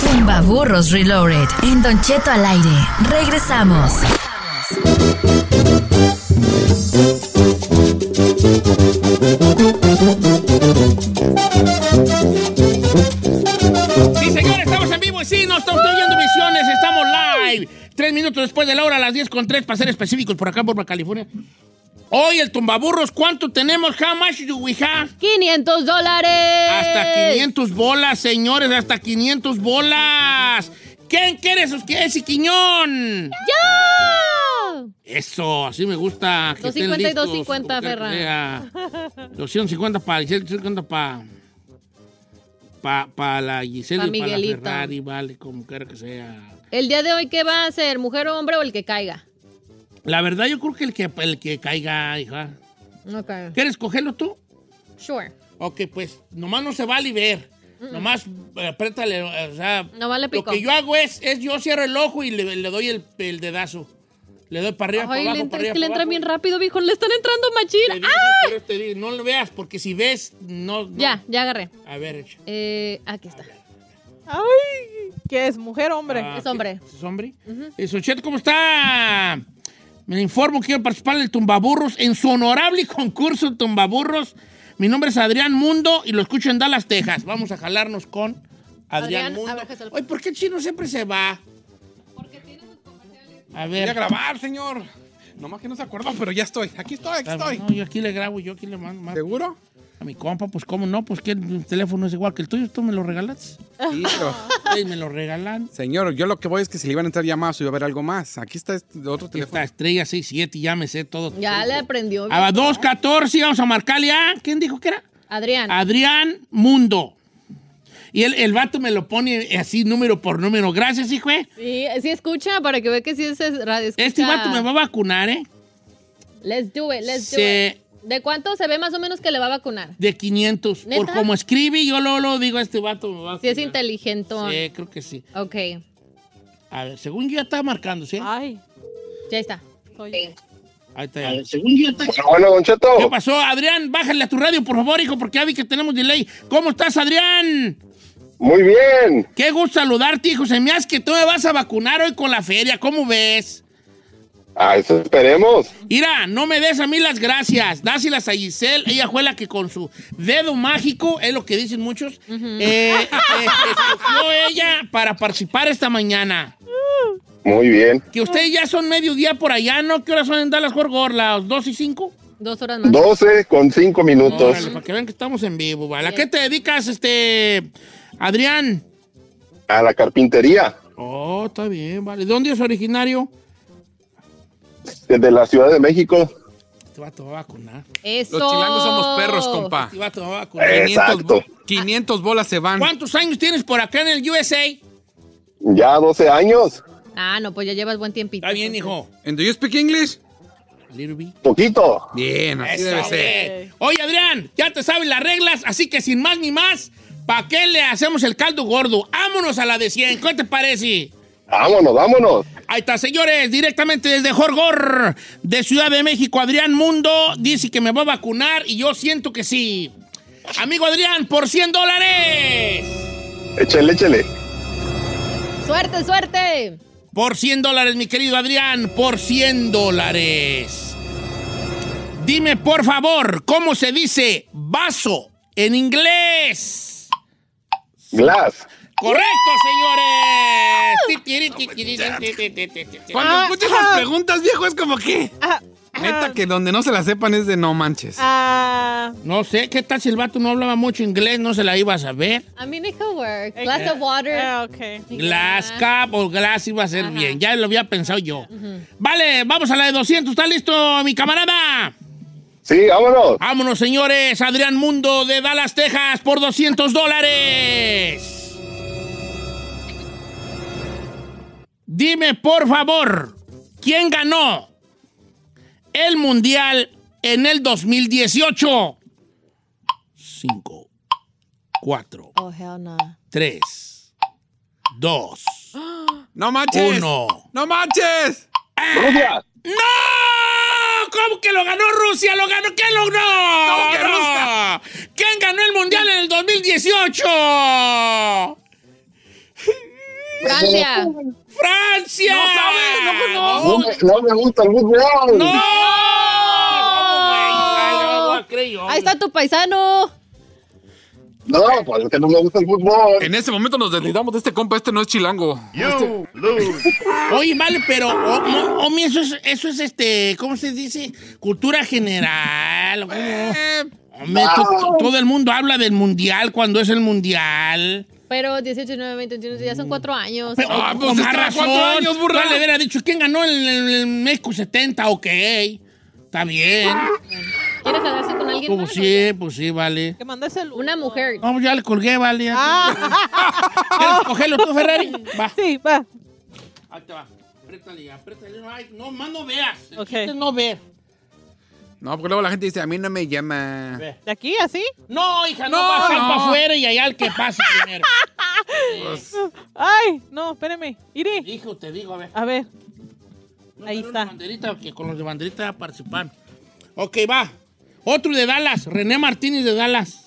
Tumbaburros Reloaded. En Don Cheto al aire. Regresamos.
Sí, señores, estamos en vivo y sí, nos estamos oyendo misiones, estamos live. Tres minutos después de la hora, a las 10 con tres, para ser específicos, por acá, por California. Hoy el tumbaburros, ¿cuánto tenemos? How much do we have?
500 dólares.
Hasta 500 bolas, señores, hasta 500 bolas. ¿Quién quiere sus que ese quiñón?
¡Ya!
Eso, así me gusta. que estén
250 y 250,
listos, como quiera que
Ferran.
sea. 250 para Giselle, 250 para. Para la Giselle
Pa'
y para la
Miguelito.
Ferrari, vale, como quiera que sea.
El día de hoy, ¿qué va a ser? ¿Mujer o hombre o el que caiga?
La verdad, yo creo que el que, el que caiga, hija.
Ok.
¿Quieres cogerlo tú?
Sure.
Ok, pues nomás no se vale ver. Nomás eh, apriétale, eh, o sea.
Nomás le
Lo
picó.
que yo hago es, es yo cierro el ojo y le, le doy el, el dedazo. Le doy para arriba, para
Ay,
abajo,
le entra-
para
es
arriba,
que le
para
entran
abajo.
bien rápido, viejo. Le están entrando
Te
machín.
dije, pero te dije, no lo veas, porque si ves, no. no.
Ah, Ya, ya agarré.
A ver, echa.
Eh, aquí está.
Ay, ¿qué es? ¿Mujer o hombre?
Ah,
Es hombre.
¿Es hombre? Eh, Sochet, ¿cómo está? Me informo que quiero participar en el Tumbaburros, en su honorable concurso Tumbaburros. Mi nombre es Adrián Mundo y lo escucho en Dallas, Texas. Vamos a jalarnos con
Adrián,
Adrián, Mundo.
a ver qué sale.
Oye, ¿por qué el chino siempre se va? A
Voy a
ver.
grabar, señor. Nomás que no se acordó, pero ya estoy. Aquí estoy, aquí estoy.
No, yo aquí le grabo, yo aquí le mando. más.
¿Seguro?
A mi compa, pues cómo no, pues que el teléfono es igual que el tuyo, tú me lo regalas.
Sí, pero,
Ey, me lo regalan.
señor, yo lo que voy es que si le iban a entrar llamadas, iba a haber algo más. Aquí está este otro
Esta
teléfono.
estrella 67, ya me sé todo.
Ya le aprendió.
A las 2.14 vamos a marcarle a... ¿Quién dijo que era?
Adrián.
Adrián Mundo. Y el, el vato me lo pone así número por número. Gracias, hijo. eh.
Sí, sí escucha para que vea que sí es es radio. escucha.
Este vato me va a vacunar, ¿eh?
Let's do it, let's
Se-
do it. ¿De cuánto se ve más o menos que le va a vacunar?
De 500.
¿Neta?
Por como escribe, yo lo, lo digo, este vato me va a
Si es
vacunar.
inteligentón.
Sí, creo que sí.
Ok, ya
A ver, según yo ya está marcando, ¿sí?
Ay,
está.
soy
Ahí está. ya.
Bueno, Don Cheto.
¿Qué pasó, Adrián? Bájale a tu radio, por favor, hijo, porque ya vi que tenemos delay. ¿Cómo estás, Adrián?
Muy bien.
Qué gusto saludarte, hijo. Se me hace que tú me vas a vacunar hoy con la feria. ¿Cómo ves?
A eso esperemos.
Mira, no me des a mí las gracias. Dáselas a Giselle. Ella fue la que con su dedo mágico, es lo que dicen muchos, eh, eh, escogió ella para participar esta mañana.
Muy bien.
Que ustedes ya son mediodía por allá, ¿no? ¿Qué horas son en Dallas, Gorgor? ¿Las 2 y 5?
Dos horas más.
12 con 5 minutos.
para que vean que estamos en vivo, ¿vale? ¿A qué te dedicas, este, Adrián?
A la carpintería.
Oh, está bien, vale. ¿De ¿Dónde es originario?
Desde la Ciudad de México.
Este vato va a vacunar.
Eso.
Los chilangos somos perros, compa.
Este vato va a vacunar.
Exacto.
500 bolas se van.
¿Cuántos años tienes por acá en el USA?
Ya 12 años.
Ah, no, pues ya llevas buen tiempito.
Está bien, hijo.
And do you speak English?
Little bit.
Poquito.
Bien, así debe ser.
Oye, Adrián, ya te sabes las reglas, así que sin más ni más, ¿para qué le hacemos el caldo gordo? Vámonos a la de 100, ¿qué te parece?
Vámonos, vámonos.
Ahí está, señores, directamente desde Jorgor, de Ciudad de México, Adrián Mundo dice que me va a vacunar y yo siento que sí. Amigo Adrián, por 100 dólares.
Échale, échale.
Suerte, suerte.
Por 100 dólares, mi querido Adrián, por 100 dólares. Dime, por favor, ¿cómo se dice vaso en inglés?
Glass.
¡Correcto, señores! Ti, tiri, ti, tiri, ti, ti, ti, ti, ti, ti.
Cuando escuchas las preguntas, viejo, es como que. Neta, que donde no se la sepan es de no manches.
No sé, ¿qué tal si el vato no hablaba mucho inglés? No se la iba a saber.
I mean, it could work. Glass of water. Ah, okay.
Glass cap o glass iba a ser bien. Ya lo había pensado yo. Vale, vamos a la de 200. ¿Está listo, mi camarada?
Sí, vámonos.
Vámonos, señores. Adrián Mundo de Dallas, Texas, por 200 dólares. Dime, por favor, ¿quién ganó el Mundial en el 2018? 5, 4,
Oh, hell no.
3, 2,
¡No manches!
Uno.
¡No manches!
¡Eh!
¡Rusia!
¡No! ¿Cómo que lo ganó Rusia? ¿Lo ganó? ¿Qué logró?
¿Cómo que
No. ¿Quién ganó el Mundial en el 2018?
Francia.
¡Francia!
¡No sabe! ¡No conozco!
No me, no me gusta el fútbol.
¡No! Ay, no, creyó.
Ahí está tu paisano.
No, pues es que no me gusta el fútbol.
En este momento nos deslindamos de este compa, este no es chilango. Este-
Oye, vale, pero o- mo- Omi, eso es, eso es este, ¿cómo se dice? Cultura general. ¿o cómo?
Eh,
Hombre, to- to- todo el mundo habla del mundial cuando es el mundial.
Pero 18, 19, 20, 21, ya son cuatro años.
Pero,
Ah,
con
pues,
más
estaba
razón.
cuatro años, burra.
No le hubiera dicho, ¿quién ganó el, el- el México 70? Ok, está bien.
¿Quieres casarse con alguien
Pues
más?
sí, pues sí, vale.
Que mandes el
Una mujer.
Vamos, ya le colgué, vale.
Ah,
¿Quieres cogerlo tú, Ferrari? Va.
sí, va.
Ahí te va. Apriétale, apriétale. No, hay- no, más no veas. El
Ok.
chiste es no ver.
No, porque luego la gente dice, a mí no me llama.
Ve.
¿De aquí, así?
No, hija, no,
No,
vas
no.
para afuera y allá el que pase primero.
Ay, no, espérame. Iré.
Hijo, te digo, a ver.
A ver.
pues. No,
Ahí
pero una
está.
banderita, que con los de banderita participan. Ok, va. Otro de Dallas, René Martínez de Dallas.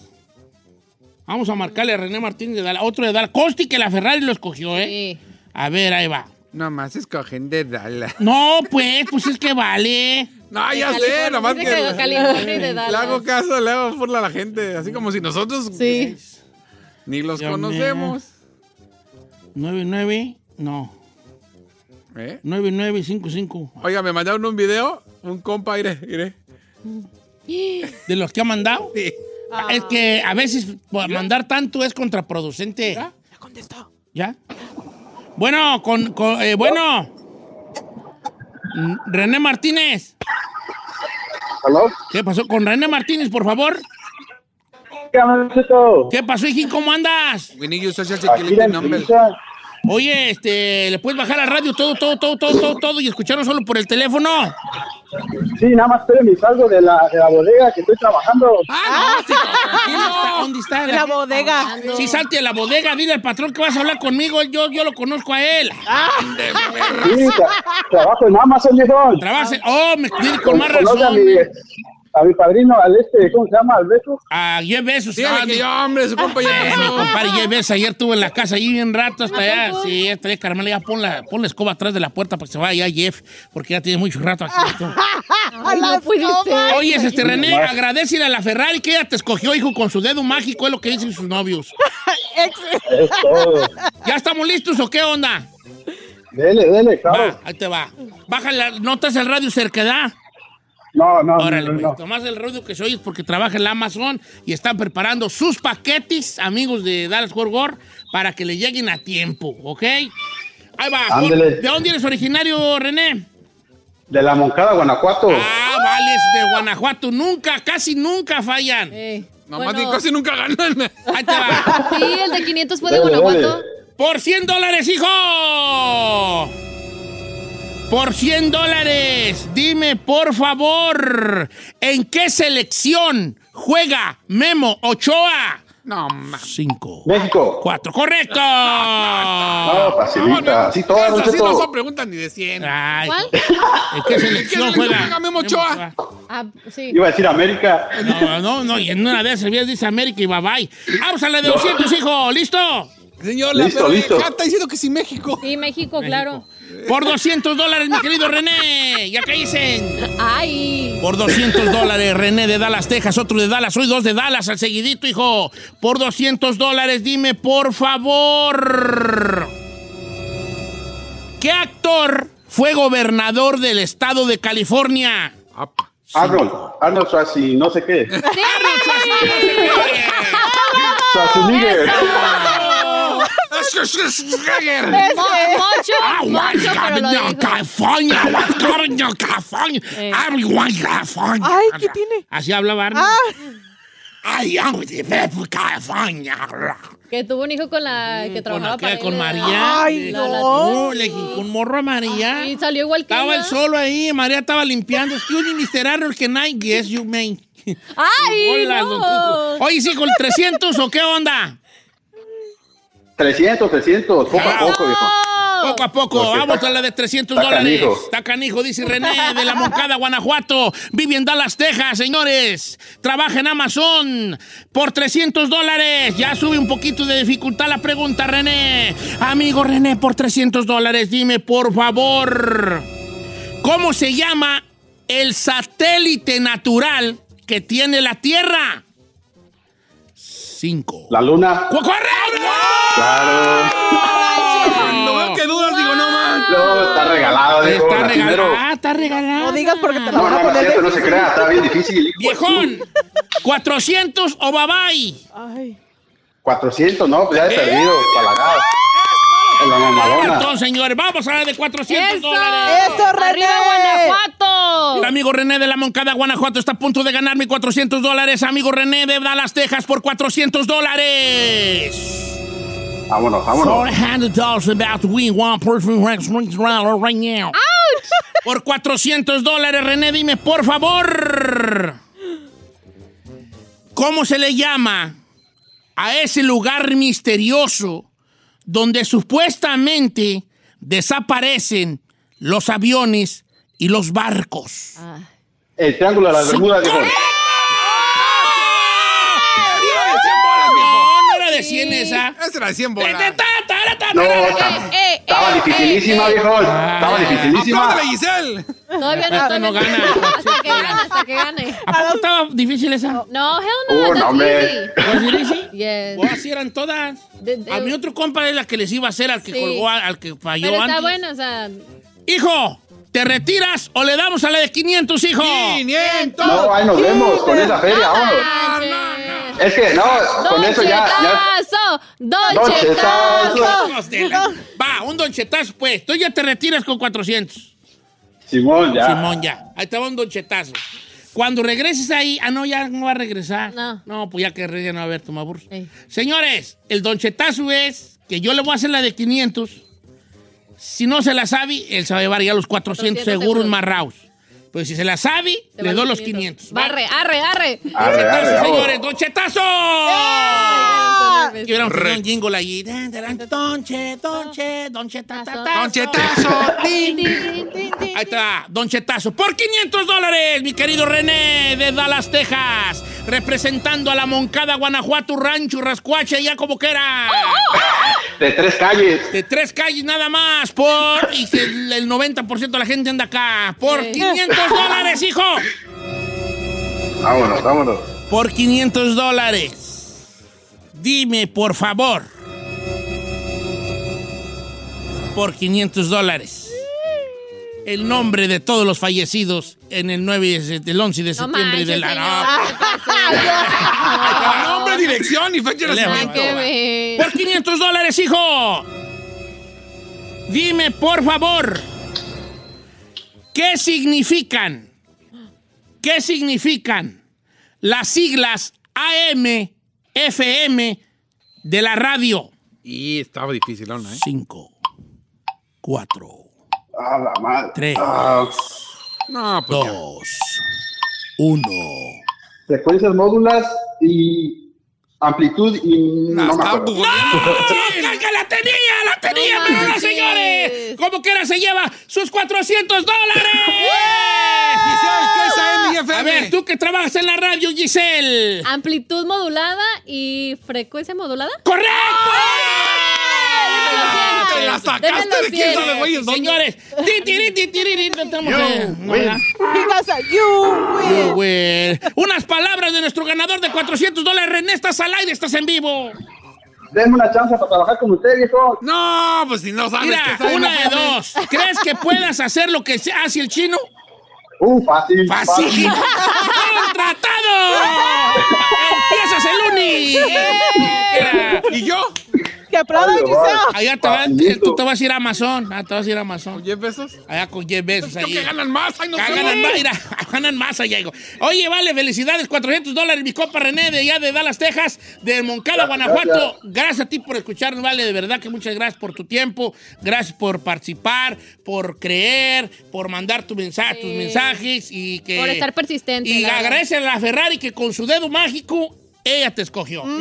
Vamos a marcarle a René Martínez de Dallas. Otro de Dallas. Costi que la Ferrari lo escogió, ¿eh?
Sí.
A ver, ahí va.
Nomás escogen de Dallas.
No, pues, pues es que vale.
No, ya
De
sé,
California.
nomás
Dice
que.
que de California y de
Le hago
Dallas.
caso, le hago furla a la gente. Así como si nosotros
Sí.
ni los
Dios
conocemos.
99, no.
¿Eh?
9955.
Oiga, me mandaron un video, un compa, iré, iré.
De los que ha mandado.
Sí.
Es que a veces pues, mandar tanto es contraproducente. ¿Ya?
Contestó.
¿Ya? Bueno, con, con- eh, bueno. Mm, René Martínez.
¿Aló?
¿Qué pasó? Con René Martínez, por favor.
¿Qué más, Cheto?
¿Qué pasó, hijín? ¿Cómo andas?
We need your social
Aquí
security
la
number.
entrevista.
Oye, este, ¿le puedes bajar a radio todo, todo, todo, todo, todo, todo y escucharnos solo por el teléfono?
Sí, nada más espérenme, salgo de la, de la bodega que estoy trabajando.
Ah, no, sí, tranquilo. ¿Dónde está?
En la bodega.
Sí, salte a la bodega, dile al patrón que vas a hablar conmigo, él- yo, yo lo conozco a él.
Ah.
Sí, tra- trabajo en Amazon, viejo.
Trabaja, oh, me dile con más
Conoce A
razón.
mi, a mi padrino, al este, ¿cómo se llama? Alberto.
Ah, lleve besos. ah,
Dígale que yo, hombre, su compa ya
Eh, mi
pasó.
compadre, ya ves, ayer estuve en la casa ahí bien rato hasta allá. Sí, ya traía Carmela, ya pon la, pon la escoba atrás de la puerta para que se vaya Jeff, porque ya tiene mucho rato aquí.
Ah,
Ay, no puede ser.
Oye, este René, agradecele a la Ferrari que ella te escogió, hijo, con su dedo mágico, es lo que dicen sus novios.
Es todo.
¿Ya estamos listos o qué onda?
Dele, dele, claro.
Va, ahí te va. Baja la, notas el radio cerquedad.
No, no,
Órale,
no,
pues,
no.
nomás el ruido que se oye es porque trabaja en la Amazon y están preparando sus paquetes, amigos de Dallas Fort Worth, para que le lleguen a tiempo, ¿ok? Ahí va.
Ándele.
¿De dónde eres originario, René?
De la Moncada, Guanajuato.
Ah, vales de Guanajuato. Nunca, casi nunca fallan.
Eh,
Nomás
bueno,
ni casi nunca ganan.
Ahí te va.
Sí, el de 500 fue de
Dale,
Guanajuato.
dale.
Por 100 dólares, hijo. por 100 dólares. Dime, por favor, ¿en qué selección juega Memo Ochoa?
No,
Cinco.
México.
Cuatro. ¡Correcto!
No, facilita. Así todas, Don
Esas sí
Cheto.
no son preguntas ni de 100.
Ay.
¿Cuál?
¿En qué selección juega?
Memo Ochoa?
Ah, sí.
Iba a decir América.
No, no, no. Y en una de esas vías dice América y bye bye. Vamos a la de 200, hijo. ¿Listo?
Señor,
Listo,
pero
listo.
Ah,
ya está diciendo que sí México.
Sí, México, claro.
Por 200 dólares, mi querido
Eh,
René. Ya que dicen.
Ay.
Por 200 dólares, René de Dallas, Texas, otro de Dallas, hoy dos de Dallas al seguidito, hijo. Por 200 dólares, dime, por favor. ¿Qué actor fue gobernador del estado de California?
Apa.
Arnold. Arnold Schwarzenegger, no sé qué.
Sí.
Schwarzenegger.
Mo- Mocho, mocho, pero lo dijo.
California, California, California,
Eh.
everyone California.
Ay, ¿qué tiene?
Así hablaba Arnold.
Ah,
I am with the people of California.
Que tuvo un hijo con la que trabajaba
con, aquella,
para
con
él, ¿verdad?
María.
Ay,
Le-
no.
No, le jincó un morro a María.
Ah, Y salió igual que
estaba
ella.
el solo ahí, María estaba limpiando. Excuse me, Mr. Arnold, can I guess you may.
Ay,
Hola, don Cuco.
no.
Oye, sí, con 300 o qué onda?
300, 300. Poco a poco, viejo.
Poco a poco,
Porque
vamos
está-
a la de 300
está
dólares.
canijo.
Está canijo, dice René, de la Moncada, Guanajuato. Vive en Dallas, Texas, señores. Trabaja en Amazon por 300 dólares. Ya sube un poquito de dificultad la pregunta, René. Amigo René, por 300 dólares, dime por favor, ¿cómo se llama el satélite natural que tiene la Tierra? Cinco.
La luna.
¡Cu- ¡Correcto!
Claro.
Cuando veo que dudas, digo, no man.
No, está regalado, viejo.
Está
La primero.
regalada, está regalada.
no digas porque te la
No,
van a
no, no,
poner.
esto
de-
no se crea. Está bien difícil. hijo.
Viejón, 400 o babay.
Ay.
400, no, pues ya he perdido. Palagado. En la mamalona.
Entonces, señores, vamos a la de 400
¡Eso!
dólares.
¡Eso, René!
¡Arriba Guanajuato!
El amigo René de la Moncada, Guanajuato, está a punto de ganarme 400 dólares. Amigo René de Dallas, Texas, por 400 dólares.
Vámonos, vámonos.
400 dollars about to win one person right right now. Por 400 dólares, René, dime, por favor. ¿Cómo se le llama a ese lugar misterioso donde supuestamente desaparecen los aviones y los barcos?
El triángulo de las Bermudas, viejo.
Iba de 100 bolas,
No,
viejo.
no era de 100 esa.
Esa era de 100 bolas.
No,
No,
está-
eh,
estaba
eh,
dificilísima,
eh,
viejo.
Ah.
Estaba dificilísima.
¡Apláudale, Giselle!
Todavía no,
Esta
todavía
no gana.
Hasta que gane, hasta que gane.
estaba difícil esa?
No, hell no,
Oh,
that's
no, hombre.
easy.
¿Was it easy?
Yes.
O así eran todas.
De- de-
A mi otro compa es la que les iba a hacer al que
Sí.
colgó, a- al que falló
Pero está
antes.
bueno, o sea...
Hijo, ¿te retiras o le damos a la de 500, hijo?
¡500!
No, ahí nos vemos con esa feria,
Ah,
vámonos.
manches.
Es que no, con eso ya, ya.
¡Donchetazo!
Donchetazo.
¡Donchetazo!
Hijos de la- Va, un donchetazo, pues. Tú ya te retiras con 400.
Simón, ya.
Simón, ya. Ahí estaba un donchetazo. Cuando regreses ahí... Ah, no, ya no va a regresar.
No.
pues ya que re- ya no va a haber toma burro.
Ey.
Señores, el donchetazo es que yo le voy a hacer la de 500. Si no se la sabe, él se va a llevar ya los 400
400
seguros
seguros.
más raus. Pero si se la sabe,
Te
le
van
doy los 500. ¿va?
Barre, arre, arre.
Arre,
Donchetazo,
arre, vámonos.
señores, donchetazo.
Ay,
Y hubiéramos tenido un jingle allí. Dan, dan, dan, Donche, donche, donchetatazo.
¡Conchetazo!
Tin, tin, tin, tin, tin.
Ahí está, Don Chetazo. Por 500 dólares, mi querido René de Dallas, Texas. Representando a la Moncada, Guanajuato, Rancho, Rascuache, ya como que era.
De tres calles.
De tres calles nada más. Por. Y que el el 90% de la gente anda acá. Por
Sí.
500 dólares, hijo.
Vámonos, vámonos.
Por 500 dólares. Dime, por favor. Por 500 dólares. El nombre de todos los fallecidos en el 9 y de- del 11 de
No
septiembre
manches,
de la...
señor, ¿qué pasó?
Con nombre, dirección y fecha de
Le-
Nada
nacimiento.
que ver.
Por 500 dólares, hijo. Dime, por favor, ¿qué significan? ¿Qué significan las siglas AM, FM de la radio?
Y estaba difícil, ¿no? eh?
5, 4,
A la madre. Ah.
Tres.
No,
pues
Dos. Uno.
Frecuencias módulas y amplitud y. No, me acuerdo.
¡Que la tenía! ¡La tenía, señoras y señores! Como quiera se lleva sus 400 dólares. A ver, tú que trabajas en la radio, Giselle.
Amplitud modulada y frecuencia modulada.
¡Correcto!
¡Te la sacaste de quién sabe, güey!
Señores, ti, ti, ti, ti, ti, no estamos, eh, no, ¿verdad?
Because you win.
Yo, güey. Unas palabras de nuestro ganador de 400 dólares. René, estás al aire, estás en vivo.
Denme una chance para trabajar con usted, viejo.
No, pues si
Ah,
no sabes
Mira,
que sabes,
una
no
de
sabes.
dos. ¿Crees que puedas hacer lo que se hace el chino?
Uh, fácil.
¡Fácil!
fácil.
¡Contratado! ¡Empiezas el lunes! Mira, ¿Y yo?
¡Que aplaudan, Giselle!
Allá te va- tú te vas a ir a Amazon. Ah, te vas a ir a Amazon. ¿Con
10 pesos?
Allá con 10 pesos.
Creo
ahí.
que ganan más. Ay, no
Ah,
sé,
ganan
güey.
más, mira, ganan más allá. digo. Oye, vale, felicidades, 400 dólares, mi compa René de allá de Dallas, Texas, de Moncala, Guanajuato. Gracias a ti por escucharnos, vale, de verdad que muchas gracias por tu tiempo, gracias por participar, por creer, por mandar tu mensaje, tus mensajes y que...
Por estar persistente.
Y
la verdad.
agradece a la Ferrari que con su dedo mágico, ella te escogió.
Mm.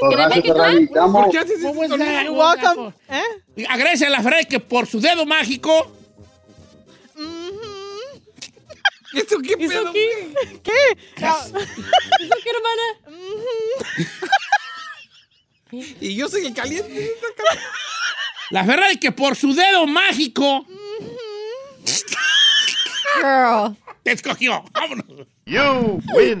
Pues ¿Quieren gracias, Ferrari, Ferrari, te amo.
¿Por qué haces
¿Cómo
esto,
estás?
Luis?
You're welcome. ¿Eh?
Y Agradece a la Ferrari que por su dedo mágico...
¿Esto qué
¿Hizo
pedo, güey?
qué? ¿Qué? Ah,
¿Eso qué, hermana?
Y yo soy el caliente.
La Ferrari que por su dedo mágico...
Girl.
Te escogió. Vámonos.
You win.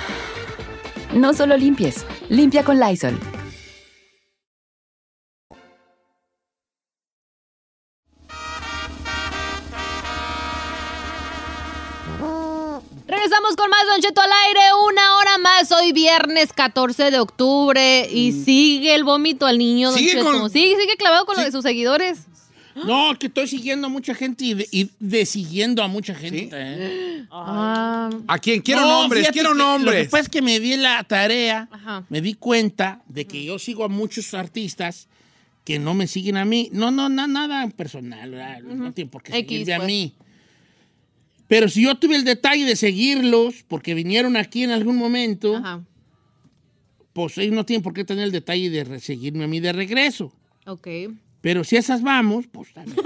No solo limpies, limpia con Lysol.
Regresamos con más Don Cheto al aire, una hora más. Hoy viernes 14 de octubre y sigue el vómito al niño, Don
Mm. Sigue
Cheto.
con-
Sigue, sigue clavado con lo de sus seguidores.
No, que estoy siguiendo a mucha gente y, de- y desiguiendo a mucha gente. ¿eh?
Ah,
¿A quién? Quiero
No,
nombres,
fíjate
quiero
que Lo que
nombres.
pasa es que me di la tarea,
Ajá.
me di cuenta de que yo sigo a muchos artistas que no me siguen a mí. No, no, na- nada personal, ¿verdad? no tiene por qué
X,
seguirme a
pues.
mí. Pero si yo tuve el detalle de seguirlos, porque vinieron aquí en algún momento, pues ellos no tienen por qué tener el detalle de re- seguirme a mí de regreso.
ok.
Pues Pero si esas vamos, pues
Y
Pues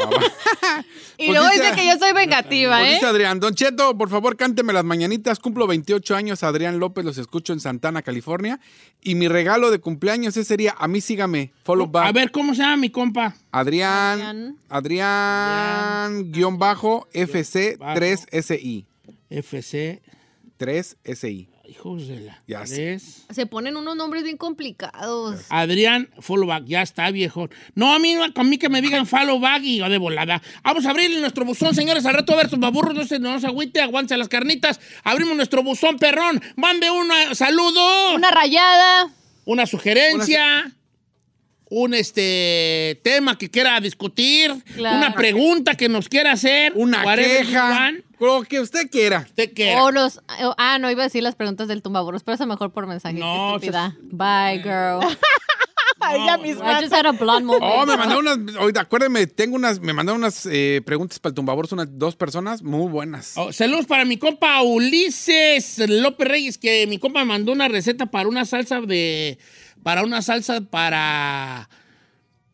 luego
dice-
dice que yo soy vengativa,
Pues
¿eh?
dice Adrián, Don Cheto, por favor, cánteme las mañanitas. Cumplo 28 años, Adrián López, los escucho en Santana, California. Y mi regalo de cumpleaños ese sería A mí sígame, follow back.
Uh, a ver cómo se llama mi compa.
Adrián, Adrián, guión bajo, FC3SI.
FC.
3SI.
Hijos de la.
Ya sé.
tres.
Se ponen unos nombres bien complicados.
Adrián, follow back, ya está viejo. No, a mí, no, a mí que me digan follow back y yo de volada. Vamos a abrir nuestro buzón, señores, al rato a ver sus baburros, no se, no se agüite, aguance las carnitas. Abrimos nuestro buzón, perrón. Mande un eh, saludo, una,
Una rayada.
sugerencia, un este tema que quiera discutir,
Claro.
una pregunta que nos quiera hacer.
Una
whatever you
queja,
want.
lo que usted quiera.
Usted quiera.
O los, o- ah, no iba a decir las preguntas del tumbaboros, pero eso mejor por mensaje.
No,
qué estúpida. Bye, girl.
Ella misma.
I just had a blonde moment.
Oh, me mandó unas. Ahorita, acuérdeme, tengo unas. Me mandaron unas eh, preguntas para el tumbaborros, unas dos personas muy buenas.
Oh, saludos para mi compa Ulises López Reyes, que mi compa me mandó una receta para una salsa de. Para una salsa para.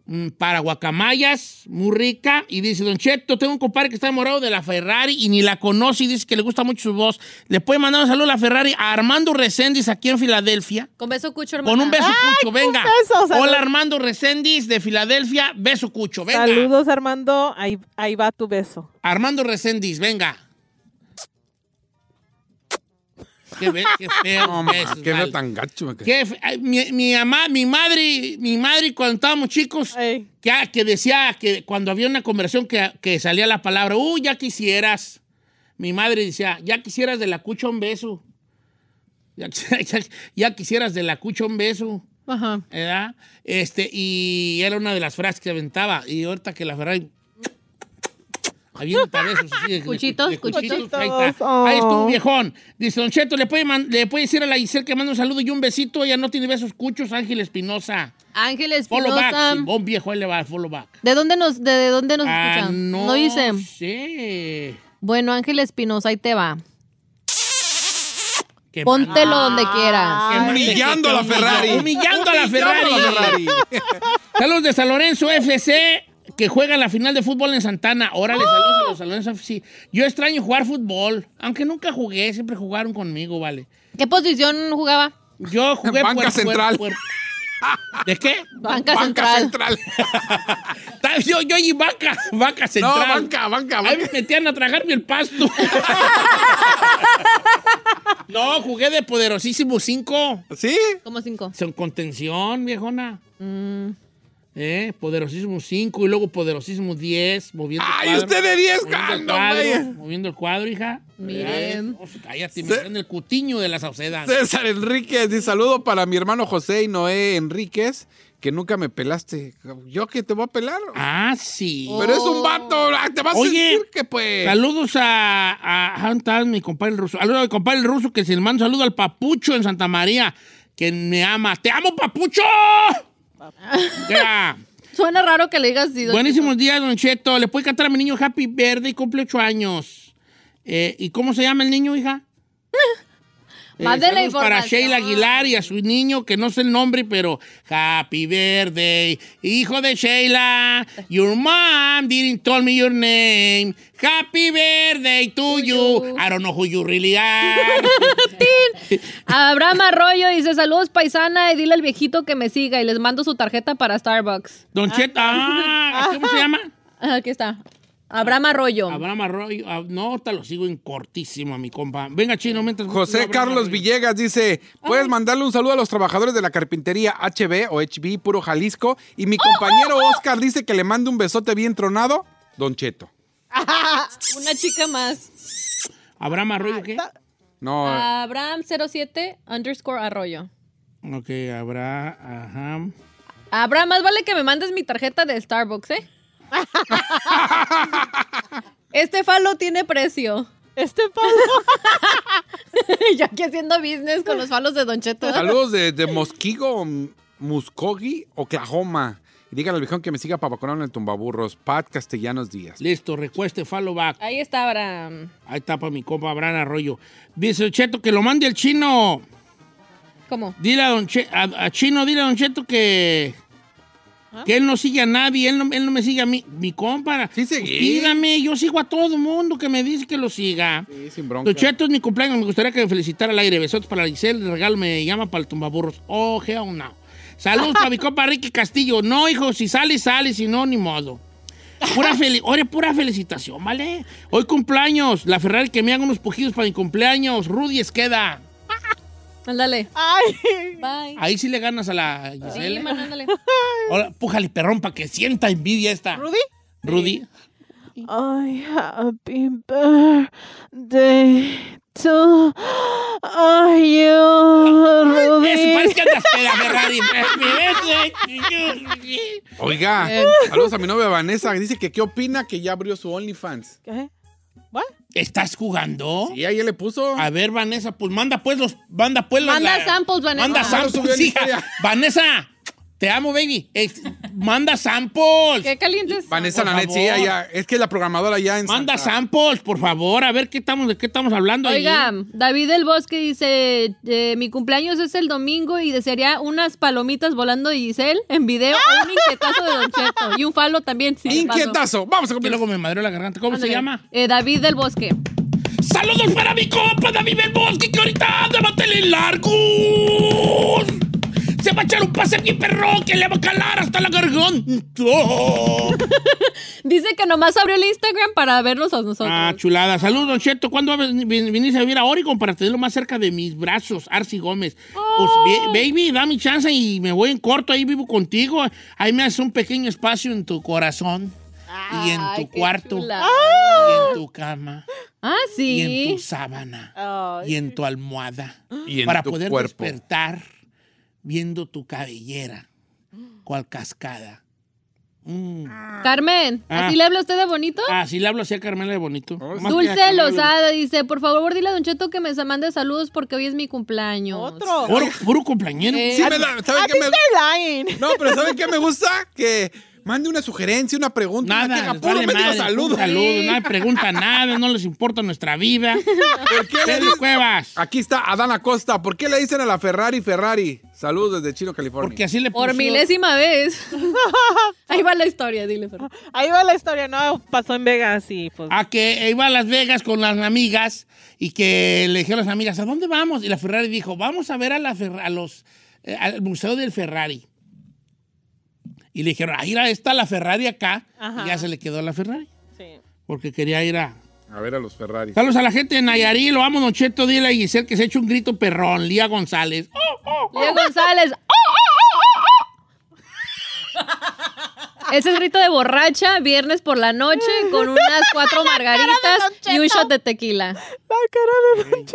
mm, Para guacamayas, muy rica. Y dice, Don Cheto, tengo un compadre que está enamorado de la Ferrari y ni la conoce y dice que le gusta mucho su voz. Le puede mandar un saludo a la Ferrari a Armando Reséndiz aquí en Filadelfia.
Con beso cucho, hermana.
Con un beso cucho, venga.
beso, salud.
Hola Armando Reséndiz de Filadelfia, beso cucho, venga.
Saludos, Armando. Ahí, ahí va tu beso.
Armando Reséndiz, venga. Qué, be- qué feo
No, ma,
besos,
qué feo
vale.
tan gacho. me quedé.
Qué fe- ay, eh, mi, mi mamá, mi madre, mi madre cuando estábamos chicos, que, ah, que decía que cuando había una conversación que, que salía la palabra, uh, ya quisieras. Mi madre decía, ya quisieras de la cucha un beso. Ya, quisi- ya- ya quisieras de la cucha un beso.
Ajá.
¿verdad? Este, y era una de las frases que aventaba. Y ahorita que la Ferrari. Avienta besos. así de- de-
Cuchitos,
de
cuchitos. Oh.
Ahí está. Ahí está un viejón. Dice, Don Cheto, ¿le puede, man- le puede decir a la Giselle que manda un saludo y un besito. Ella no tiene besos cuchos. Ángel Espinosa.
Ángel
Follow
Espinosa.
back. Sí, bon viejo, ahí le va, follow back.
¿De dónde nos, de, de dónde nos
Ah,
escuchan?
no
dice.
sé.
Bueno, Ángel Espinosa, ahí te va.
Qué Ah.
Póntelo donde quieras.
Qué
Humillando a la
humilló,
Ferrari.
Humillando a la Ferrari.
Humillando a la Ferrari.
saludos de San Lorenzo FC, que juega la final de fútbol en Santana.
¡Oh!
Órale, saludos a los San Lorenzo FC. Yo extraño jugar fútbol, aunque nunca jugué, siempre jugaron conmigo, vale.
¿Qué posición jugaba?
Yo jugué
Banca central.
¿De qué?
Banca, central.
Ta- Yo, yo y banca, banca central.
banca, banca,
Ahí me metían a tragarme el pasto. no, jugué de poderosísimo 5.
¿Sí?
Como cinco.
Son contención, viejona.
Mm.
¿Eh? Poderosísimo 5 y luego poderosísimo 10, moviendo
¡Ay,
el cuadro.
usted de 10,
moviendo el
no,
cuadro,
güey.
moviendo el cuadro, hija.
Miren.
Ay, no, cállate, me en el cutiño de las ausedas.
César Enríquez dice saludo para mi hermano José y Noé Enríquez, que nunca me pelaste. ¿Yo que te voy a pelar?
Ah, sí.
Pero es un vato, ah, te vas
Oye,
a decir que pues.
Saludos a, a, ah, está mi compadre el ruso. Saludos a mi compadre el ruso que se le manda un saludo al Papucho en Santa María, que me ama. ¡Te amo, Papucho! Ya.
Suena raro que le digas así. don
Buenísimos días, Don Cheto. ¿Le puede cantar a mi niño Happy Verde y cumple ocho años? Eh, ¿Y cómo se llama el niño, hija? Eh,
Mándele
saludos para
información.
Sheila Aguilar y a su niño, que no sé el nombre, pero Happy Verde, hijo de Sheila, your mom didn't tell me your name. Happy Verde to you. I don't know who you really are.
Cheto. Abraham Arroyo dice, saludos paisana y dile al viejito que me siga y les mando su tarjeta para Starbucks. Ah,
Don Cheto, ah, ¿cómo se llama?
Aquí está. Abraham Arroyo.
Abraham Arroyo. ah, No, te lo sigo en cortísimo a mi compa. Venga, chino, mientras.
José
Abraham
Carlos
Arroyo.
Villegas dice, puedes mandarle un saludo a los trabajadores de la carpintería HB o HB Puro Jalisco y mi compañero Oscar dice que le mande un besote bien tronado, Don Cheto.
Ah.
Una chica más.
Abraham Arroyo, ¿qué?
No,
Ah,
Abraham 07 underscore Arroyo.
Ok, habrá. Ajá.
Abraham, más vale que me mandes mi tarjeta de Starbucks, ¿eh? este falo tiene precio.
Este palo.
Yo aquí haciendo business con los falos de Don Cheto.
saludos de, de Mosquigo, Muskogee, Oklahoma. Y díganle al viejón que me siga para vacunar en el tumbaburros, Pat Castellanos Díaz.
Listo, recueste, follow back.
Ahí está Abraham.
Ahí está para mi compa Abraham Arroyo. Dice Don Cheto que lo mande el chino.
¿Cómo?
Dile a Don Che- a, a Chino, dile a Don Cheto que.
¿Ah?
Que él no sigue a nadie, él no, él no me sigue a mí. Mi compa.
Sí, seguí.
Dígame, yo sigo a todo mundo que me dice que lo siga.
Sí, sin bronca.
Don Cheto es mi cumpleaños, me gustaría que me felicitara al aire. Besotes para Giselle, el regalo me llama para el tumbaburros. Oh, hell no. Saludos para mi compa Ricky Castillo. No, hijo, si sale, sale, si no, ni modo. Pura, fel Oye, pura felicitación, ¿vale? Hoy cumpleaños, la Ferrari que me haga unos pujidos para mi cumpleaños. Rudy Esqueda.
Ándale.
Ay.
Bye.
Ahí sí le ganas a la
Sí,
Giselle.
man, ándale.
Ahora, pújale, perrón, para que sienta envidia esta.
¿Rudy?
Rudy.
Ay, happy birthday to you,
Ese
Rudy.
parece que andas peda, Ferrari. Happy birthday to you.
Oiga,
Eh.
Bien.
saludos a mi novia Vanessa, que dice que qué opina que ya abrió su OnlyFans.
¿Qué? ¿What?
¿Estás jugando?
Y ahí le puso...
A ver, Vanessa, pues manda pues los. Manda pues los.
Manda samples, Vanessa.
Manda
Ah,
samples,
subió en
hija.
historia.
Vanessa, Te amo, baby. Eh, manda samples.
Qué calientes.
Vanessa Lanet, sí, allá. Es que la programadora ya en
Manda samples, por favor. A ver qué estamos, de qué estamos hablando ahí.
Oiga, David del Bosque dice, eh, mi cumpleaños es el domingo y desearía unas palomitas volando de Giselle en video o un inquietazo de Don Cheto. Y un falo también. si le paso.
Inquietazo. Vamos a comer. Luego me madreó la garganta. ¿Cómo
Ándale.
se llama?
Eh, David del Bosque.
¡Saludos para mi compa David del Bosque, que ahorita anda a tele largo! Se va a echar un pase bien perro que le va a calar hasta la garganta.
Dice que nomás abrió el Instagram para vernos a nosotros.
Ah, chulada. Saludos, Don Cheto. ¿Cuándo vin- vin- viniste a vivir a Oregon para tenerlo más cerca de mis brazos, Arci Gómez? Pues,
Oh.
bi- baby, da mi chance y me voy en corto. Ahí vivo contigo. Ahí me haces un pequeño espacio en tu corazón y en tu cuarto
chulada.
y en tu cama
Ah, sí.
y en tu sábana y en tu almohada
Y en
para
tu
poder
cuerpo.
despertar viendo tu cabellera cual cascada. Mm.
Carmen,
Ah.
¿así le habla usted de bonito?
Así Ah, le hablo así a Carmela de Bonito.
Oh,
Más que a
Dulce
Carmela de
Lozada dice, por favor, dile a Don Cheto que me mande saludos porque hoy es mi cumpleaños.
Otro.
Bonito. Puro, puro cumpleañero.
Eh,
Sí, me la- ¿saben
I
qué
think
me-
they're lying.
No, pero ¿saben qué me gusta? Que mande una sugerencia, una pregunta. una
Nada,
queja,
les
puro
vale
mendigo
madre,
saludo.
saludos. nadie pregunta nada, no les importa nuestra vida.
¿Por qué le
Pedro
dicen-
Cuevas,
Aquí está Adán Acosta. ¿Por qué le dicen a la Ferrari Ferrari? Saludos desde Chino, California.
porque así le
Por
puso-
milésima vez. Ahí va la historia, dile. Fer.
Ahí va la historia, no, pasó en Vegas y pues...
A que iba a Las Vegas con las amigas y que le dijeron a las amigas, ¿a dónde vamos? Y la Ferrari dijo, vamos a ver a, la Fer- a los, eh, al Museo del Ferrari. Y le dijeron, "Ah, ahí está la Ferrari acá.
Ajá.
Y ya se le quedó la Ferrari.
Sí.
Porque quería ir a...
A ver a los Ferrari.
Saludos a la gente de Nayarit, lo amo, Don Cheto, dile a Giselle que se ha hecho un grito perrón. Lía González.
Lía González. ¡Oh, oh, oh, oh, oh! Ese es grito de borracha, viernes por la noche, con unas cuatro margaritas y un shot de tequila.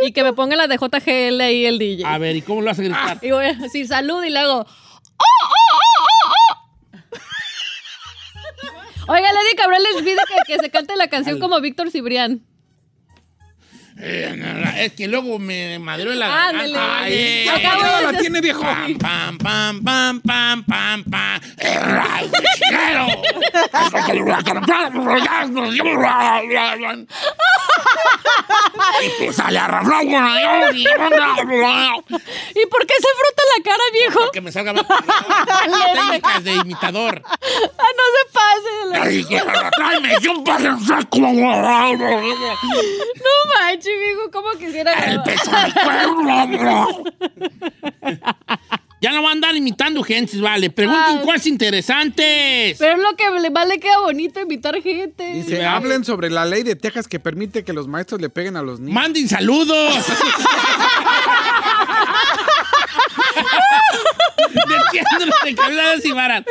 Y que me ponga la de JGL ahí el DJ.
A ver, ¿y cómo lo hace gritar?
Y voy a decir salud y le hago. ¡Oh, oh, oh, oh, oh! Oiga, Lady Cabral les pide que, que se cante la canción como Víctor Cibrián.
Eh, no, no, es que luego me madrió la
Ándele.
garganta. Ay,
Acabo
ay,
de
ay,
decir-
viejo.
Pam, pam, pam, pam, pam, pam, pam. Erra, chinero. Y sale a raflar.
¿Y por qué se frota la cara, viejo?
Que me salga más técnicas de imitador.
Ah, no se pase.
Ay, que tráeme, yo para el saco.
No manches, viejo, ¿cómo quisiera
El
grabar?
peso del pueblo. Ya no van a andar imitando gente, vale. Pregunten
Ay.
cosas interesantes.
Pero es lo que le- más le queda bonito invitar gente.
Dice,
Ay.
hablen sobre la ley de Texas que permite que los maestros le peguen a los niños.
Manden saludos. Metiéndole de cabezas y varas.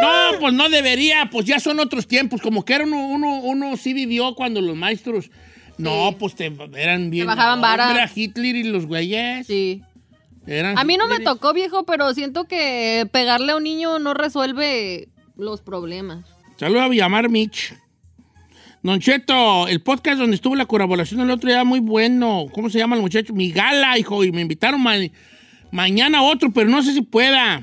No, pues no debería, pues ya son otros tiempos. Como que era uno, uno, uno sí vivió cuando los maestros. No, pues te, eran bien.
bajaban vara.
Era Hitler y los güeyes.
Sí.
Eran
A mí no me
Hitler y-
tocó, viejo, pero siento que pegarle a un niño no resuelve los problemas.
Saludos a Villamar Mitch. Don Cheto, el podcast donde estuvo la colaboración el otro día, muy bueno. ¿Cómo se llama el muchacho? Mi gala, hijo, y me invitaron ma- mañana otro, pero no sé si pueda.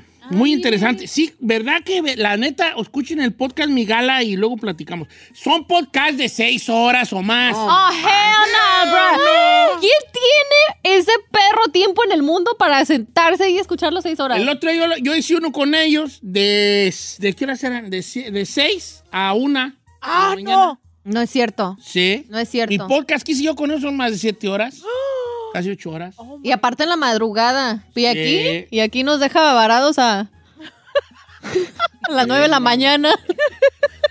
Ah,
Muy interesante. Sí, ¿verdad que ve- la neta, escuchen el podcast Mi Gala y luego platicamos? Son podcasts de seis horas o más.
¡Oh, hell no,
Ah.
bro! ¿Quién tiene ese perro tiempo en el mundo para sentarse y escuchar los seis horas?
El otro día yo, yo hice uno con ellos de, de ¿qué horas eran? De, sie- de seis a una.
¡Ah,
mañana.
no!
No es cierto.
Sí.
No es
Mi
cierto.
podcast que hice yo con ellos son más de siete horas. Casi ocho horas.
Oh,
Y, aparte en la madrugada. Y aquí,
Sí.
y aquí nos deja varados a, a las nueve de la mañana.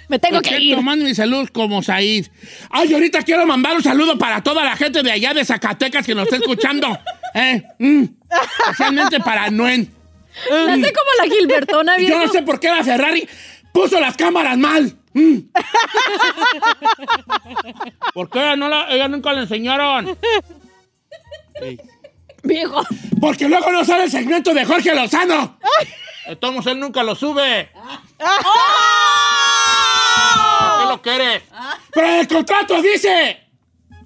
Me tengo que ir.
Tomando mis saludos como Said. Ay, ahorita quiero mandar un saludo para toda la gente de allá de Zacatecas que nos está escuchando. ¿Eh? mm. Especialmente para Noen.
La hace como la Gilbertona,
Y
viejo.
Yo no sé por qué la Ferrari puso las cámaras mal. Mm. Porque ella, no la- ella nunca la enseñaron. Sí.
Viejo.
Porque luego no sale el segmento de Jorge Lozano. Entonces él nunca lo sube. ¿Por ¿Qué lo quieres? Pero en el contrato dice.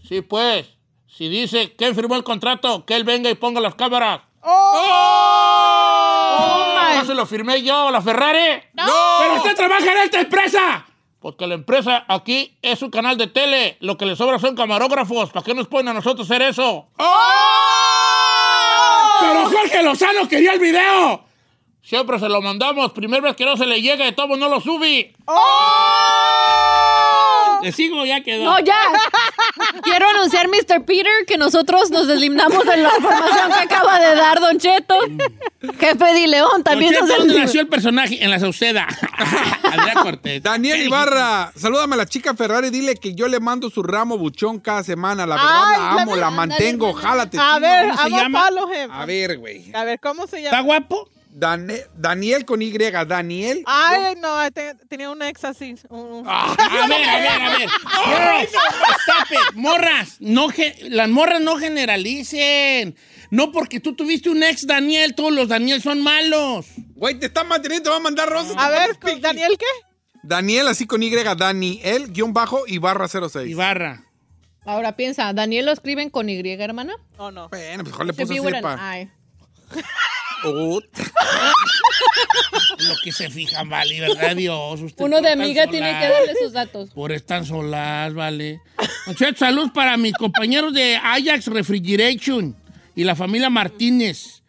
Sí, pues. Si dice que él firmó el contrato, que él venga y ponga las cámaras.
¡Oh!
my
No se lo firmé yo, la Ferrari. ¡No! ¡Pero usted trabaja en esta empresa! Porque la empresa aquí es un canal de tele. Lo que le sobra son camarógrafos. ¿Para qué nos ponen a nosotros hacer eso? ¡Pero Jorge Lozano quería el video! Siempre se lo mandamos. Primera vez que no se le llega y todo no lo subí. ¿Le sigo? Oh. Ya quedó.
No, ya. Quiero anunciar, Mr. Peter, que nosotros nos deslindamos de la información que acaba de dar Don Cheto. Jefe de León también
Mm.
nos
Don Cheto, ¿Dónde
deslindamos.
nació el personaje? En la Sauceda. Andrea Cortés.
Daniel Ibarra, salúdame a la chica Ferrari, dile que yo le mando su ramo buchón cada semana. La verdad
Ay,
la amo, la,
verdad,
mantengo,
ándale,
jálate.
A
chino.
ver,
¿Cómo se
I'm a
llama?
follow him.
A ver, güey.
A ver, ¿cómo se llama?
¿Está
guapo?
Daniel con Y, Daniel.
Ay, no, eh, te- tenía un ex así. un-
Ah,
A ver, a ver, a ver. Girls, ¡Oh! stop it. Morras, no ge- las morras no generalicen. No porque tú tuviste un ex Daniel, todos los Daniel son malos.
Güey, te están manteniendo, te va a mandar rosas.
A ver, ¿Daniel qué?
Daniel así con Y, Daniel, guión bajo, Ibarra 06.
Ibarra.
Ahora piensa, ¿Daniel lo escriben con Y, hermana?
¿O no?
Bueno, pues, le
Should
puso
be with an
cepa.
I.
Lo que se fijan, vale, ¿verdad? Dios. ustedes
Uno
por
de
tan
amiga tiene que
solas,
darle sus datos.
Por estar solas, vale. Don Cheto, salud para mis compañeros de Ajax Refrigeration y la familia Martínez.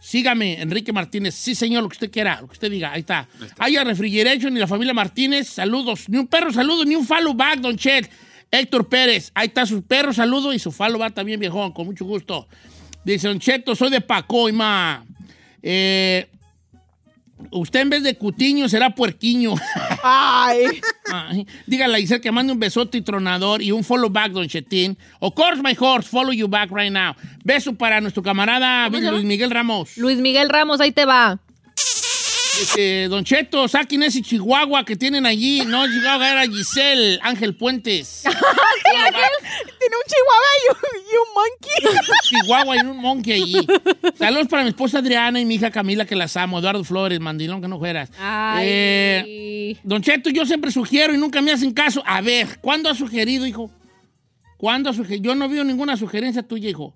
Sígame, Enrique Martínez. Sí, señor, lo que usted quiera, lo que usted diga. Ahí está. Ajax Refrigeration y la familia Martínez, saludos. Ni un perro saludo, ni un follow back, don Chet. Héctor Pérez, ahí está su perro saludo y su follow back también, viejón, con mucho gusto. Dice, don Cheto, soy de Pacoima. Eh, usted en vez de cutiño será puerquiño.
Ay.
Ay, Dígale a Isel que mande un besote y tronador y un follow back, Don Chetín. Of course, my horse, follow you back right now. Beso para nuestro camarada Luis Miguel Ramos.
Luis Miguel Ramos, ahí te va.
Dice, Don Cheto, saquen ese chihuahua que tienen allí. No ha llegado a ver a Giselle Ángel Puentes.
Tiene un chihuahua y un, y un monkey.
Chihuahua y un monkey allí. Saludos para mi esposa Adriana y mi hija Camila, que las amo. Eduardo Flores, mandilón, que no fueras.
Ay.
Eh, don Cheto, yo siempre sugiero y nunca me hacen caso. A ver, ¿cuándo has sugerido, hijo? ¿Cuándo has sugerido? Yo no veo ninguna sugerencia tuya, hijo.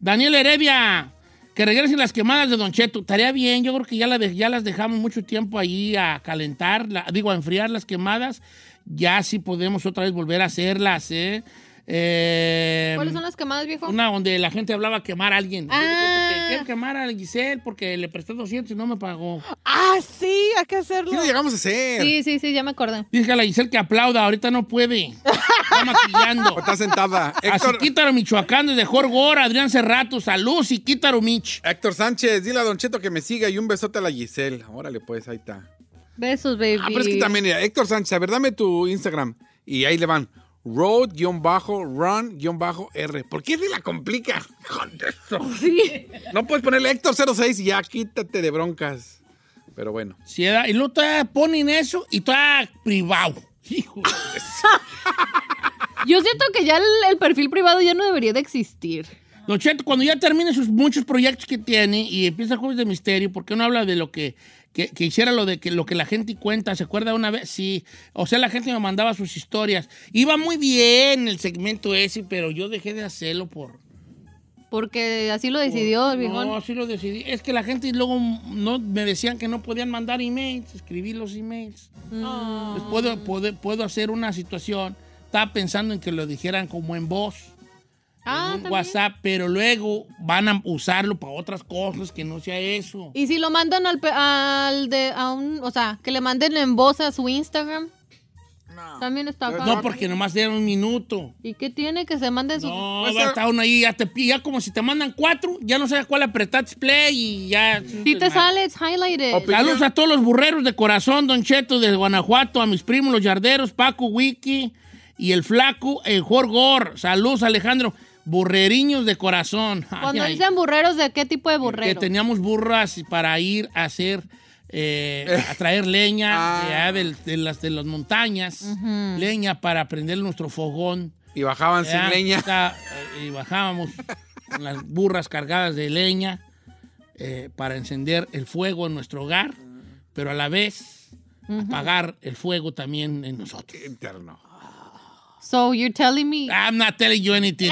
Daniel Heredia, que regresen las quemadas de Don Cheto. Estaría bien, yo creo que ya, la de- ya las dejamos mucho tiempo ahí a calentar, la- digo, a enfriar las quemadas. Ya sí podemos otra vez volver a hacerlas, ¿eh?
Em,
Eh,
¿Cuáles son las quemadas, viejo?
una donde la gente hablaba quemar a alguien.
Ah.
Quiero quemar a Giselle porque le presté 200 y no me pagó.
Ah, sí, hay que hacerlo.
¿Qué lo llegamos a hacer?
Sí, sí, sí, ya me acordé.
Dije a la Giselle que aplauda, ahorita no puede. Está maquillando.
Está sentada.
Así
Héctor,
Quítaro, Michoacán, desde Jorgora, Adrián Cerrato, salud y Quítaro, Mich.
Héctor Sánchez, dile a Don Cheto que me siga y un besote a la Giselle. Órale, pues, ahí está.
Besos, baby.
Ah, pero es que también, mira, Héctor Sánchez, a ver, dame tu Instagram. Y ahí le van. Road-run-r. ¿Por qué se la complica? Con eso. No puedes ponerle Héctor 06 y ya quítate de broncas. Pero bueno.
Sí, ¿verdad? y luego todavía ponen eso y está privado. Hijo.
Yo siento que ya el, el perfil privado ya no debería de existir.
Don Cheto, cuando ya termine sus muchos proyectos que tiene y empieza Juegos de Misterio, ¿por qué no habla de lo que, que, que hiciera lo de que, lo que la gente cuenta? ¿Se acuerda una vez? Sí. O sea, la gente me mandaba sus historias. Iba muy bien el segmento ese, pero yo dejé de hacerlo por...
Porque así lo decidió
Oh,
el viejón.
No, sí lo decidí. Es que la gente luego no, me decían que no podían mandar emails, escribí los emails.
Mm.
Pues puedo, puedo, puedo hacer una situación. Estaba pensando en que lo dijeran como en voz.
Ah,
en un
también.
WhatsApp, pero luego van a usarlo para otras cosas que no sea eso.
Y si lo mandan al, pe- al de a un, o sea, que le manden en voz a su Instagram. También está
No,
padre.
porque nomás dieron un minuto.
¿Y qué tiene que se manden su Pues
No, va a estar uno ahí, ya, te, pi- ya como si te mandan cuatro, ya no sabes cuál apretar play y ya.
Si te sale, it's highlighted.
Saludos a todos los burreros de corazón, Don Cheto de Guanajuato, a mis primos los yarderos, Paco Wiki y el flaco, el Jorgor. Saludos, Alejandro. Burreriños de corazón. Ay,
Cuando
ay,
dicen burreros, ¿de qué tipo de
que
burrero?
teníamos burras para ir a hacer, eh, a traer leña ya, del- de, las, de las montañas,
Ujú.
leña para prender nuestro fogón.
Y bajaban
Ya,
sin leña.
está, eh, y bajábamos con las burras cargadas de leña eh, para encender el fuego en nuestro hogar, pero a la vez apagar el fuego también en nosotros.
Interno.
So you're telling me.
Ah,
I'm not telling you anything.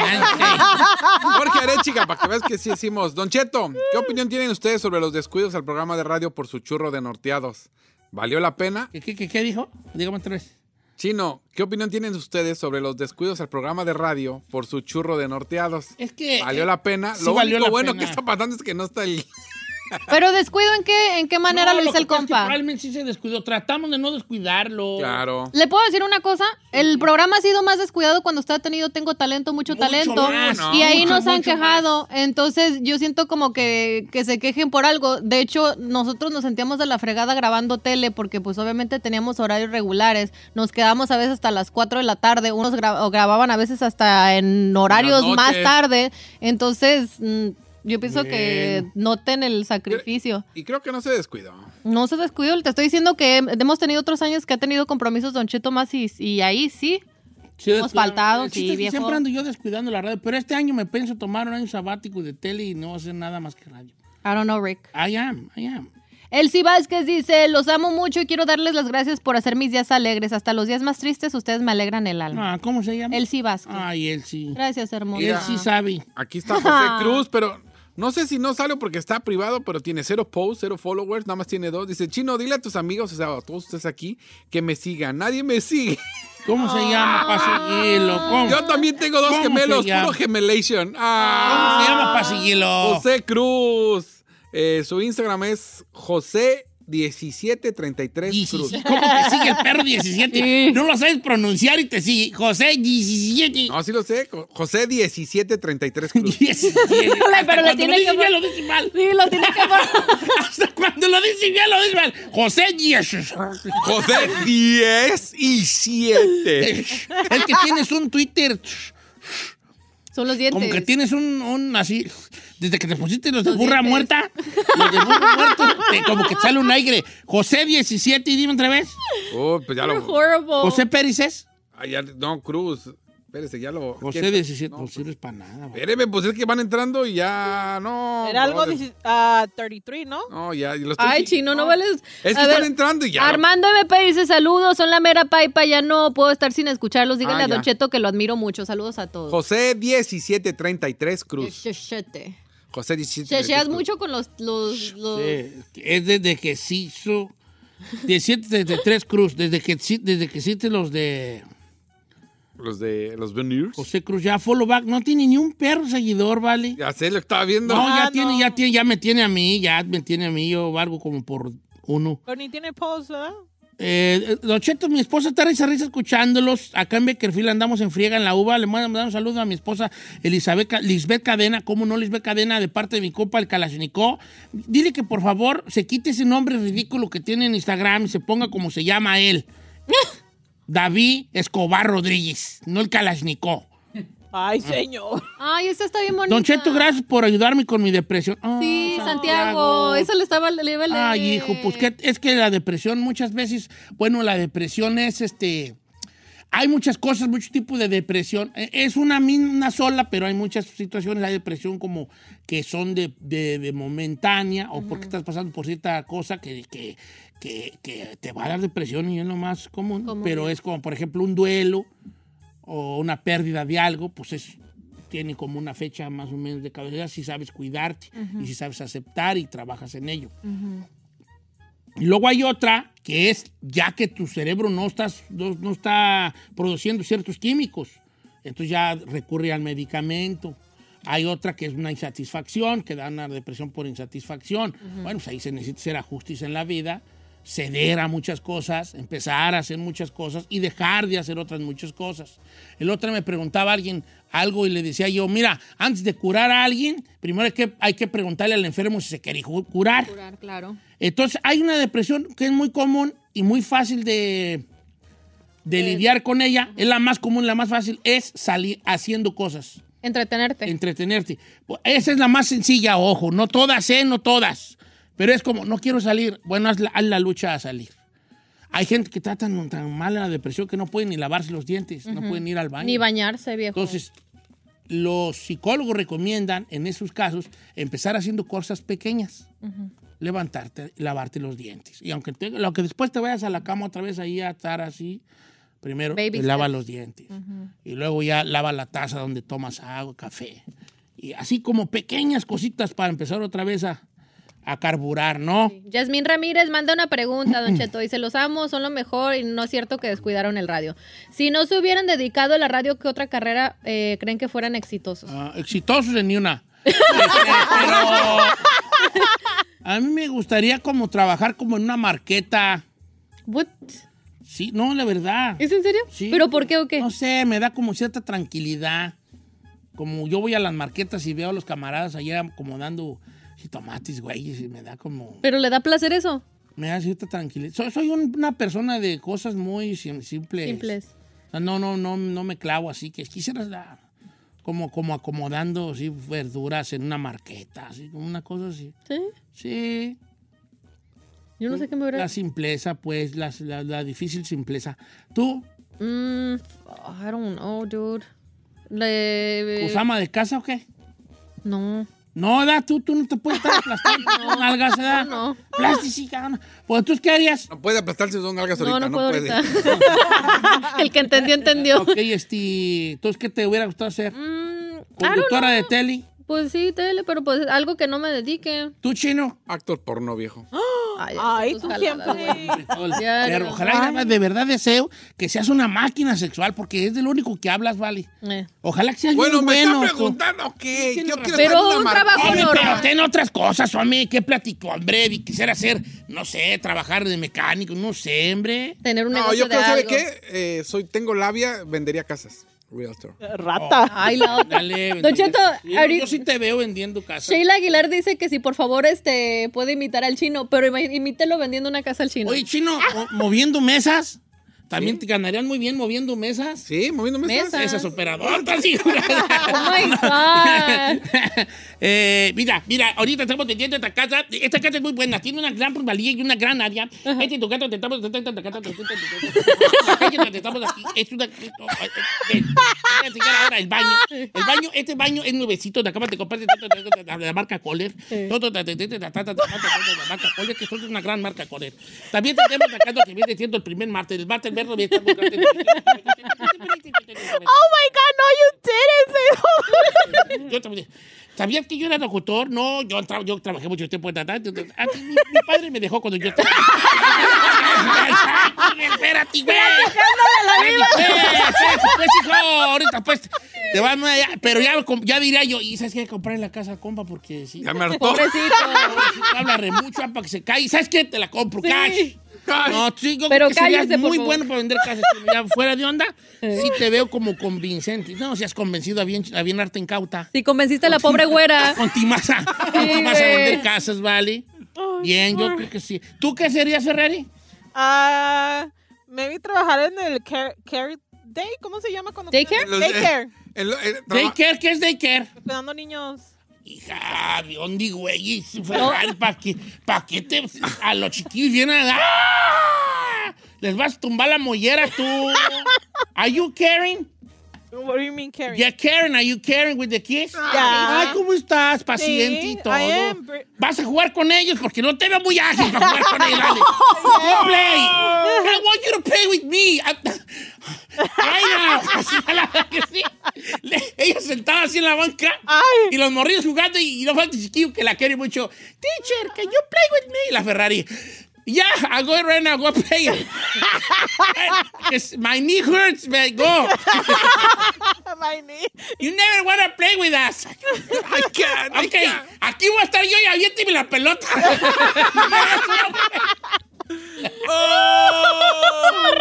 Jorge Arechiga, para que veas que sí hicimos. Don Cheto, ¿qué opinión tienen ustedes sobre los descuidos al programa de radio por su churro de norteados? ¿Valió la pena?
¿Qué, qué, qué dijo? Dígame otra vez.
Chino, ¿qué opinión tienen ustedes sobre los descuidos al programa de radio por su churro de norteados?
Es que. eh,
¿Valió la pena?
sí
Lo
valió
único
la
bueno
pena.
que está pasando es que no está el.
Pero descuido en qué, en qué manera lo
No,
hizo
que
el
pasa es que
compa.
Probablemente sí se descuidó. Tratamos de no descuidarlo.
Claro.
¿Le puedo decir una cosa? El programa ha sido más descuidado cuando usted ha tenido Tengo Talento, mucho, talento.
más,
y
no,
ahí
mucho,
nos han
mucho
quejado. Entonces yo siento como que, que se quejen por algo. De hecho, nosotros nos sentíamos de la fregada grabando tele porque pues obviamente teníamos horarios regulares. Nos quedamos a veces hasta las 4 de la tarde. Unos gra- o grababan a veces hasta en horarios
noches.
más tarde. Entonces mm, yo pienso
Bien.
que noten el sacrificio.
Y creo que no se descuidó.
No se descuidó, te estoy diciendo que hemos tenido otros años que ha tenido compromisos Don Cheto más y, y ahí sí. hemos faltado,
El chiste
sí,
es que
viejo.
Siempre ando yo descuidando la radio, pero este año me pienso tomar un año sabático de tele y no hacer nada más que radio.
I don't know, Rick.
I am, I am.
Elsie Vázquez dice, los amo mucho y quiero darles las gracias por hacer mis días alegres. Hasta los días más tristes ustedes me alegran el alma.
Ah, ¿cómo se llama?
Elsie Vázquez.
Ay, él sí.
Gracias, hermosa.
Él sí sabe.
Aquí está José Cruz, pero no sé si no sale porque está privado, pero tiene cero posts, cero followers, nada más tiene dos. Dice, Chino, dile a tus amigos, o sea, a todos ustedes aquí, que me sigan. Nadie me sigue.
¿Cómo se llama para seguirlo? ¿Cómo?
Yo también tengo dos
¿Cómo se
gemelos,
llama?
puro gemelation. Ah.
¿Cómo se llama para seguirlo?
José Cruz. Eh, su Instagram es José. 1733 Cruz.
¿Cómo te sigue el perro 17? No lo sabes pronunciar y te sigue. José 17.
No, sí lo sé. Jo- José 1733 Cruz.
pero le tiene que...
lo dice mal.
Sí, lo tiene que...
Hasta cuando lo dice bien, lo dice mal. José 10.
José 10 y 7.
Es que tienes un Twitter.
Son los dientes.
Como que tienes un, un así. Desde que te pusiste los de burra muerta, los de burra muerta, te- como que te sale un aire. José 17, y dime otra vez.
Oh, pues ya lo.
horrible.
José Périces.
Ah, ya- no, Cruz. Espérese, ya lo.
José
¿quién-
17. No, sirves para nada. güey.
Espéreme, pues es que van entrando y ya. No.
Era algo
brother.
dieci- ah, 33, ¿no?
No, ya. y lo estoy-
Ay, chino, no, vales.
Es que
A
están
ver,
entrando y ya.
Armando MP dice saludos, son la mera paipa, ya no puedo estar sin escucharlos. Díganle
Ah,
a Don
ya.
Cheto que lo admiro mucho. Saludos a todos.
José 1733 Cruz.
Chechete.
José 1733.
Checheas
Cruz.
mucho con los... los, los-
Sí, es desde que se hizo 17 desde Tres Cruz, desde que, sí- desde que hiciste los de
Los de los Veneers.
José Cruz, ya follow back, no tiene ni un perro seguidor, ¿vale?
Ya sé, lo estaba viendo.
No, ya tiene, ya tiene, ya me tiene a mí, ya me tiene a mí, yo valgo como por uno.
Pero ni tiene pausa. ¿verdad?
Eh, eh, Don Cheto, mi esposa está risa risa escuchándolos. Acá en Beckerfield andamos en friega en la uva. Le mando mando un saludo a mi esposa Elizabeth, Ca- Lisbeth Cadena. ¿Cómo no Lisbeth Cadena? De parte de mi compa, el Kalashnikov. Dile que por favor se quite ese nombre ridículo que tiene en Instagram y se ponga como se llama él. David Escobar Rodríguez, no el Kalashnikov.
Ay, señor.
Ay, esta está bien bonita.
Don Cheto, gracias por ayudarme con mi depresión. Ah,
Sí, Santiago,
Santiago.
eso le estaba... Le iba a leer.
Ay, hijo, pues que- es que la depresión muchas veces, bueno, la depresión es este. Hay muchas cosas, muchos tipos de depresión. Eh, Es una, min- una sola, pero hay muchas situaciones. Hay depresión como que son de, de- de momentánea o porque estás pasando por cierta cosa que, que, que- que te va a dar depresión y es lo más común.
Común.
Pero es como, por ejemplo, un duelo o una pérdida de algo, pues es, tiene como una fecha más o menos de cabeza si sabes cuidarte
Ujú.
y si sabes aceptar y trabajas en ello. Y luego hay otra que es ya que tu cerebro no, estás, no, no está produciendo ciertos químicos. Entonces ya recurre al medicamento. Hay otra que es una insatisfacción, que da una depresión por insatisfacción. Bueno, pues ahí se necesita hacer ajustes en la vida, ceder a muchas cosas, empezar a hacer muchas cosas y dejar de hacer otras muchas cosas. El otro me preguntaba a alguien algo y le decía yo, mira, antes de curar a alguien, primero hay que, hay que preguntarle al enfermo si se quiere ju- curar.
Curar, claro.
Entonces, hay una depresión que es muy común y muy fácil de, de lidiar con ella. Es la más común, la más fácil, es salir haciendo cosas,
Entretenerte.
entretenerte. Pues, Esa es la más sencilla, ojo, no todas, ¿eh? No todas. Pero es como, no quiero salir. Bueno, haz la, haz la lucha a salir. Hay gente que está tan, tan mal en la depresión que no pueden ni lavarse los dientes, no
Ujú.
pueden ir al baño.
Ni bañarse, viejo.
Entonces, los psicólogos recomiendan en esos casos empezar haciendo cosas pequeñas
Ujú.
levantarte, lavarte los dientes. Y aunque, te- lo que después te vayas a la cama otra vez ahí a estar así, Primero,
Baby
te lava
steps.
los dientes. Y luego ya lava la taza donde tomas agua, café. Y así como pequeñas cositas para empezar otra vez a, a carburar, ¿no?
Yasmín Ramírez manda una pregunta, Don Cheto. Dice, los amo, son lo mejor y no es cierto que descuidaron el radio. Si no se hubieran dedicado a la radio, ¿qué otra carrera eh, creen que fueran exitosos?
Ah, exitosos en ni una. Este, pero a mí me gustaría como trabajar como en una marqueta.
What?
Sí, no, la verdad.
¿Es en serio?
Sí.
¿Pero por qué o qué?
No sé, me da como cierta tranquilidad. Como yo voy a las marquetas y veo a los camaradas allá como dando jitomates, güey, y me da como...
¿Pero le da placer eso?
Me da cierta tranquilidad. Soy, soy un- una persona de cosas muy sim- simples.
Simples.
O sea, No, no, no, no me clavo así. que Quisiera dar como, como acomodando así, verduras en una marqueta, así, como una cosa así.
¿Sí?
Sí.
Yo no sé qué me hubiera...
La simpleza, pues, las- la, la difícil simpleza. ¿Tú,
Mm, I don't know, dude. Le...
Usama, de casa o qué?
No.
No, da, tú, tú no te puedes estar aplastando no, nalgas, da.
No.
Plástica, no. Pues, ¿tú qué harías?
No puede aplastarse dos nalgas
No,
ahorita,
no
no,
puedo
puede.
ahorita. El que entendió, entendió. Mm,
Ok, este, ¿tú qué te hubiera gustado ser? Conductora de tele.
Pues sí, tele, pero pues algo que no me dedique.
¿Tú, chino?
Actor porno, viejo.
Ay,
¡Ah! Ay,
tus
tú
jaladas,
siempre.
güey. Ya,
Pero
no.
ojalá, de- de verdad deseo que seas una máquina sexual, porque es del único que hablas, vale.
Eh.
Ojalá que seas
Bueno,
bien
me está
bueno. tú.
preguntando qué. Yo quiero
Pero
estar en
un
una
trabajo
marqueta.
Hombre,
normal.
pero ten otras cosas, hombre. ¿Qué platicó,
Oh,
hombre? Y Quisiera ser, no sé, trabajar de mecánico, no sé, hombre.
Tener un
No,
negocio
yo creo,
de
¿sabe
algo.
qué? Eh, soy, tengo labia, vendería casas. Realtor.
Rata.
Oh. Ay, la otra.
Dale,
Don Cheto,
yo,
ahorita-
yo sí te veo vendiendo casas.
Sheila Aguilar dice que si por favor este puede imitar al chino, pero ima- imítelo vendiendo una casa al chino.
Oye, chino, mo- moviendo mesas. También te ganarían muy bien moviendo mesas.
Sí, moviéndome.
Mesas.
Esas operadoras, hijo.
Oh my God.
Eh, mira, mira, ahorita estamos vendiendo esta casa. Esta casa es muy buena, tiene una gran plusvalía y una gran área. Este tu gato te estamos te estamos- te estamos- te estamos- te estamos- te estamos- te estamos aquí. Es una. Ven, te voy a enseñar ahora el baño. El baño, este baño es nuevecito, te acabas de comprar de- de- de- de de la marca Kohler. Todo de de- de- de- de- de- de- de- de- de la marca Kohler, que es una gran marca Kohler. También tenemos sacando que viene siendo el primer martes. El martes verde viene siendo muy grande.
Oh my God, no, you didn't say
Yo también. ¿Sabías que yo era locutor? No, yo, tra- yo trabajé mucho tiempo en la radio. Ah, sí, Mi, mi padre me dejó cuando yo estaba. Espérate, güey. Espérate, Pues, hijo, ahorita, pues. Te vas muy allá. Pero ya, com- ya diría yo, ¿y sabes qué? Comprar la casa, compa, porque sí.
Ya me hartó.
Pobrecito.
Pobrecito, habla re mucho ah, para que se caiga. ¿Y sabes qué? Te la compro,
Sí.
cash. No, sí, yo
Pero
creo que serías
cállese, por
muy
favor. Eh.
bueno para vender casas. chino. Ya fuera de onda, sí te veo como convincente. No, si has convencido a bien, a bien arte incauta.
Si convenciste a la pobre güera.
Con ti vas a, con ti vas a
güey.
vender casas, ¿vale? Bien, yo creo que sí. ¿Tú qué serías, Ferrari?
Ah, me vi trabajar en el care, care day, ¿cómo se llama cuando
Daycare?
Los-
Daycare,
El- el- traba-
Daycare, ¿qué es daycare?
cuidando niños.
Hija, ¿de dónde, güey? Y si Ferrari, ¿para qué, pa' qué te, a los chiquillos vienen a... ¡Ah! Les vas a tumbar la mollera tú. ¿Are you caring?
What do you mean care?
Yeah, Karen, are you Karen with the kids?
Ya.
Ay, ¿cómo estás? Paciente
Sí,
y todo.
I am br-
Vas a jugar con ellos porque no te veo muy ágil para jugar con ellos. dale. Go play. Oh! I want you to play with me. I- Right now. Así a la que sí. Le- Ella sentada así en la banca
Ay.
y los morrillos jugando y, y no falta el chiquillo que la quiere mucho. Teacher, can you play with me? La Ferrari. Yeah, I go right now, go play. It's- My knee hurts, man. Go.
My knee.
You never wanna play with us.
I can't, I
Ok,
can't.
aquí voy a estar yo y aviénteme la pelota.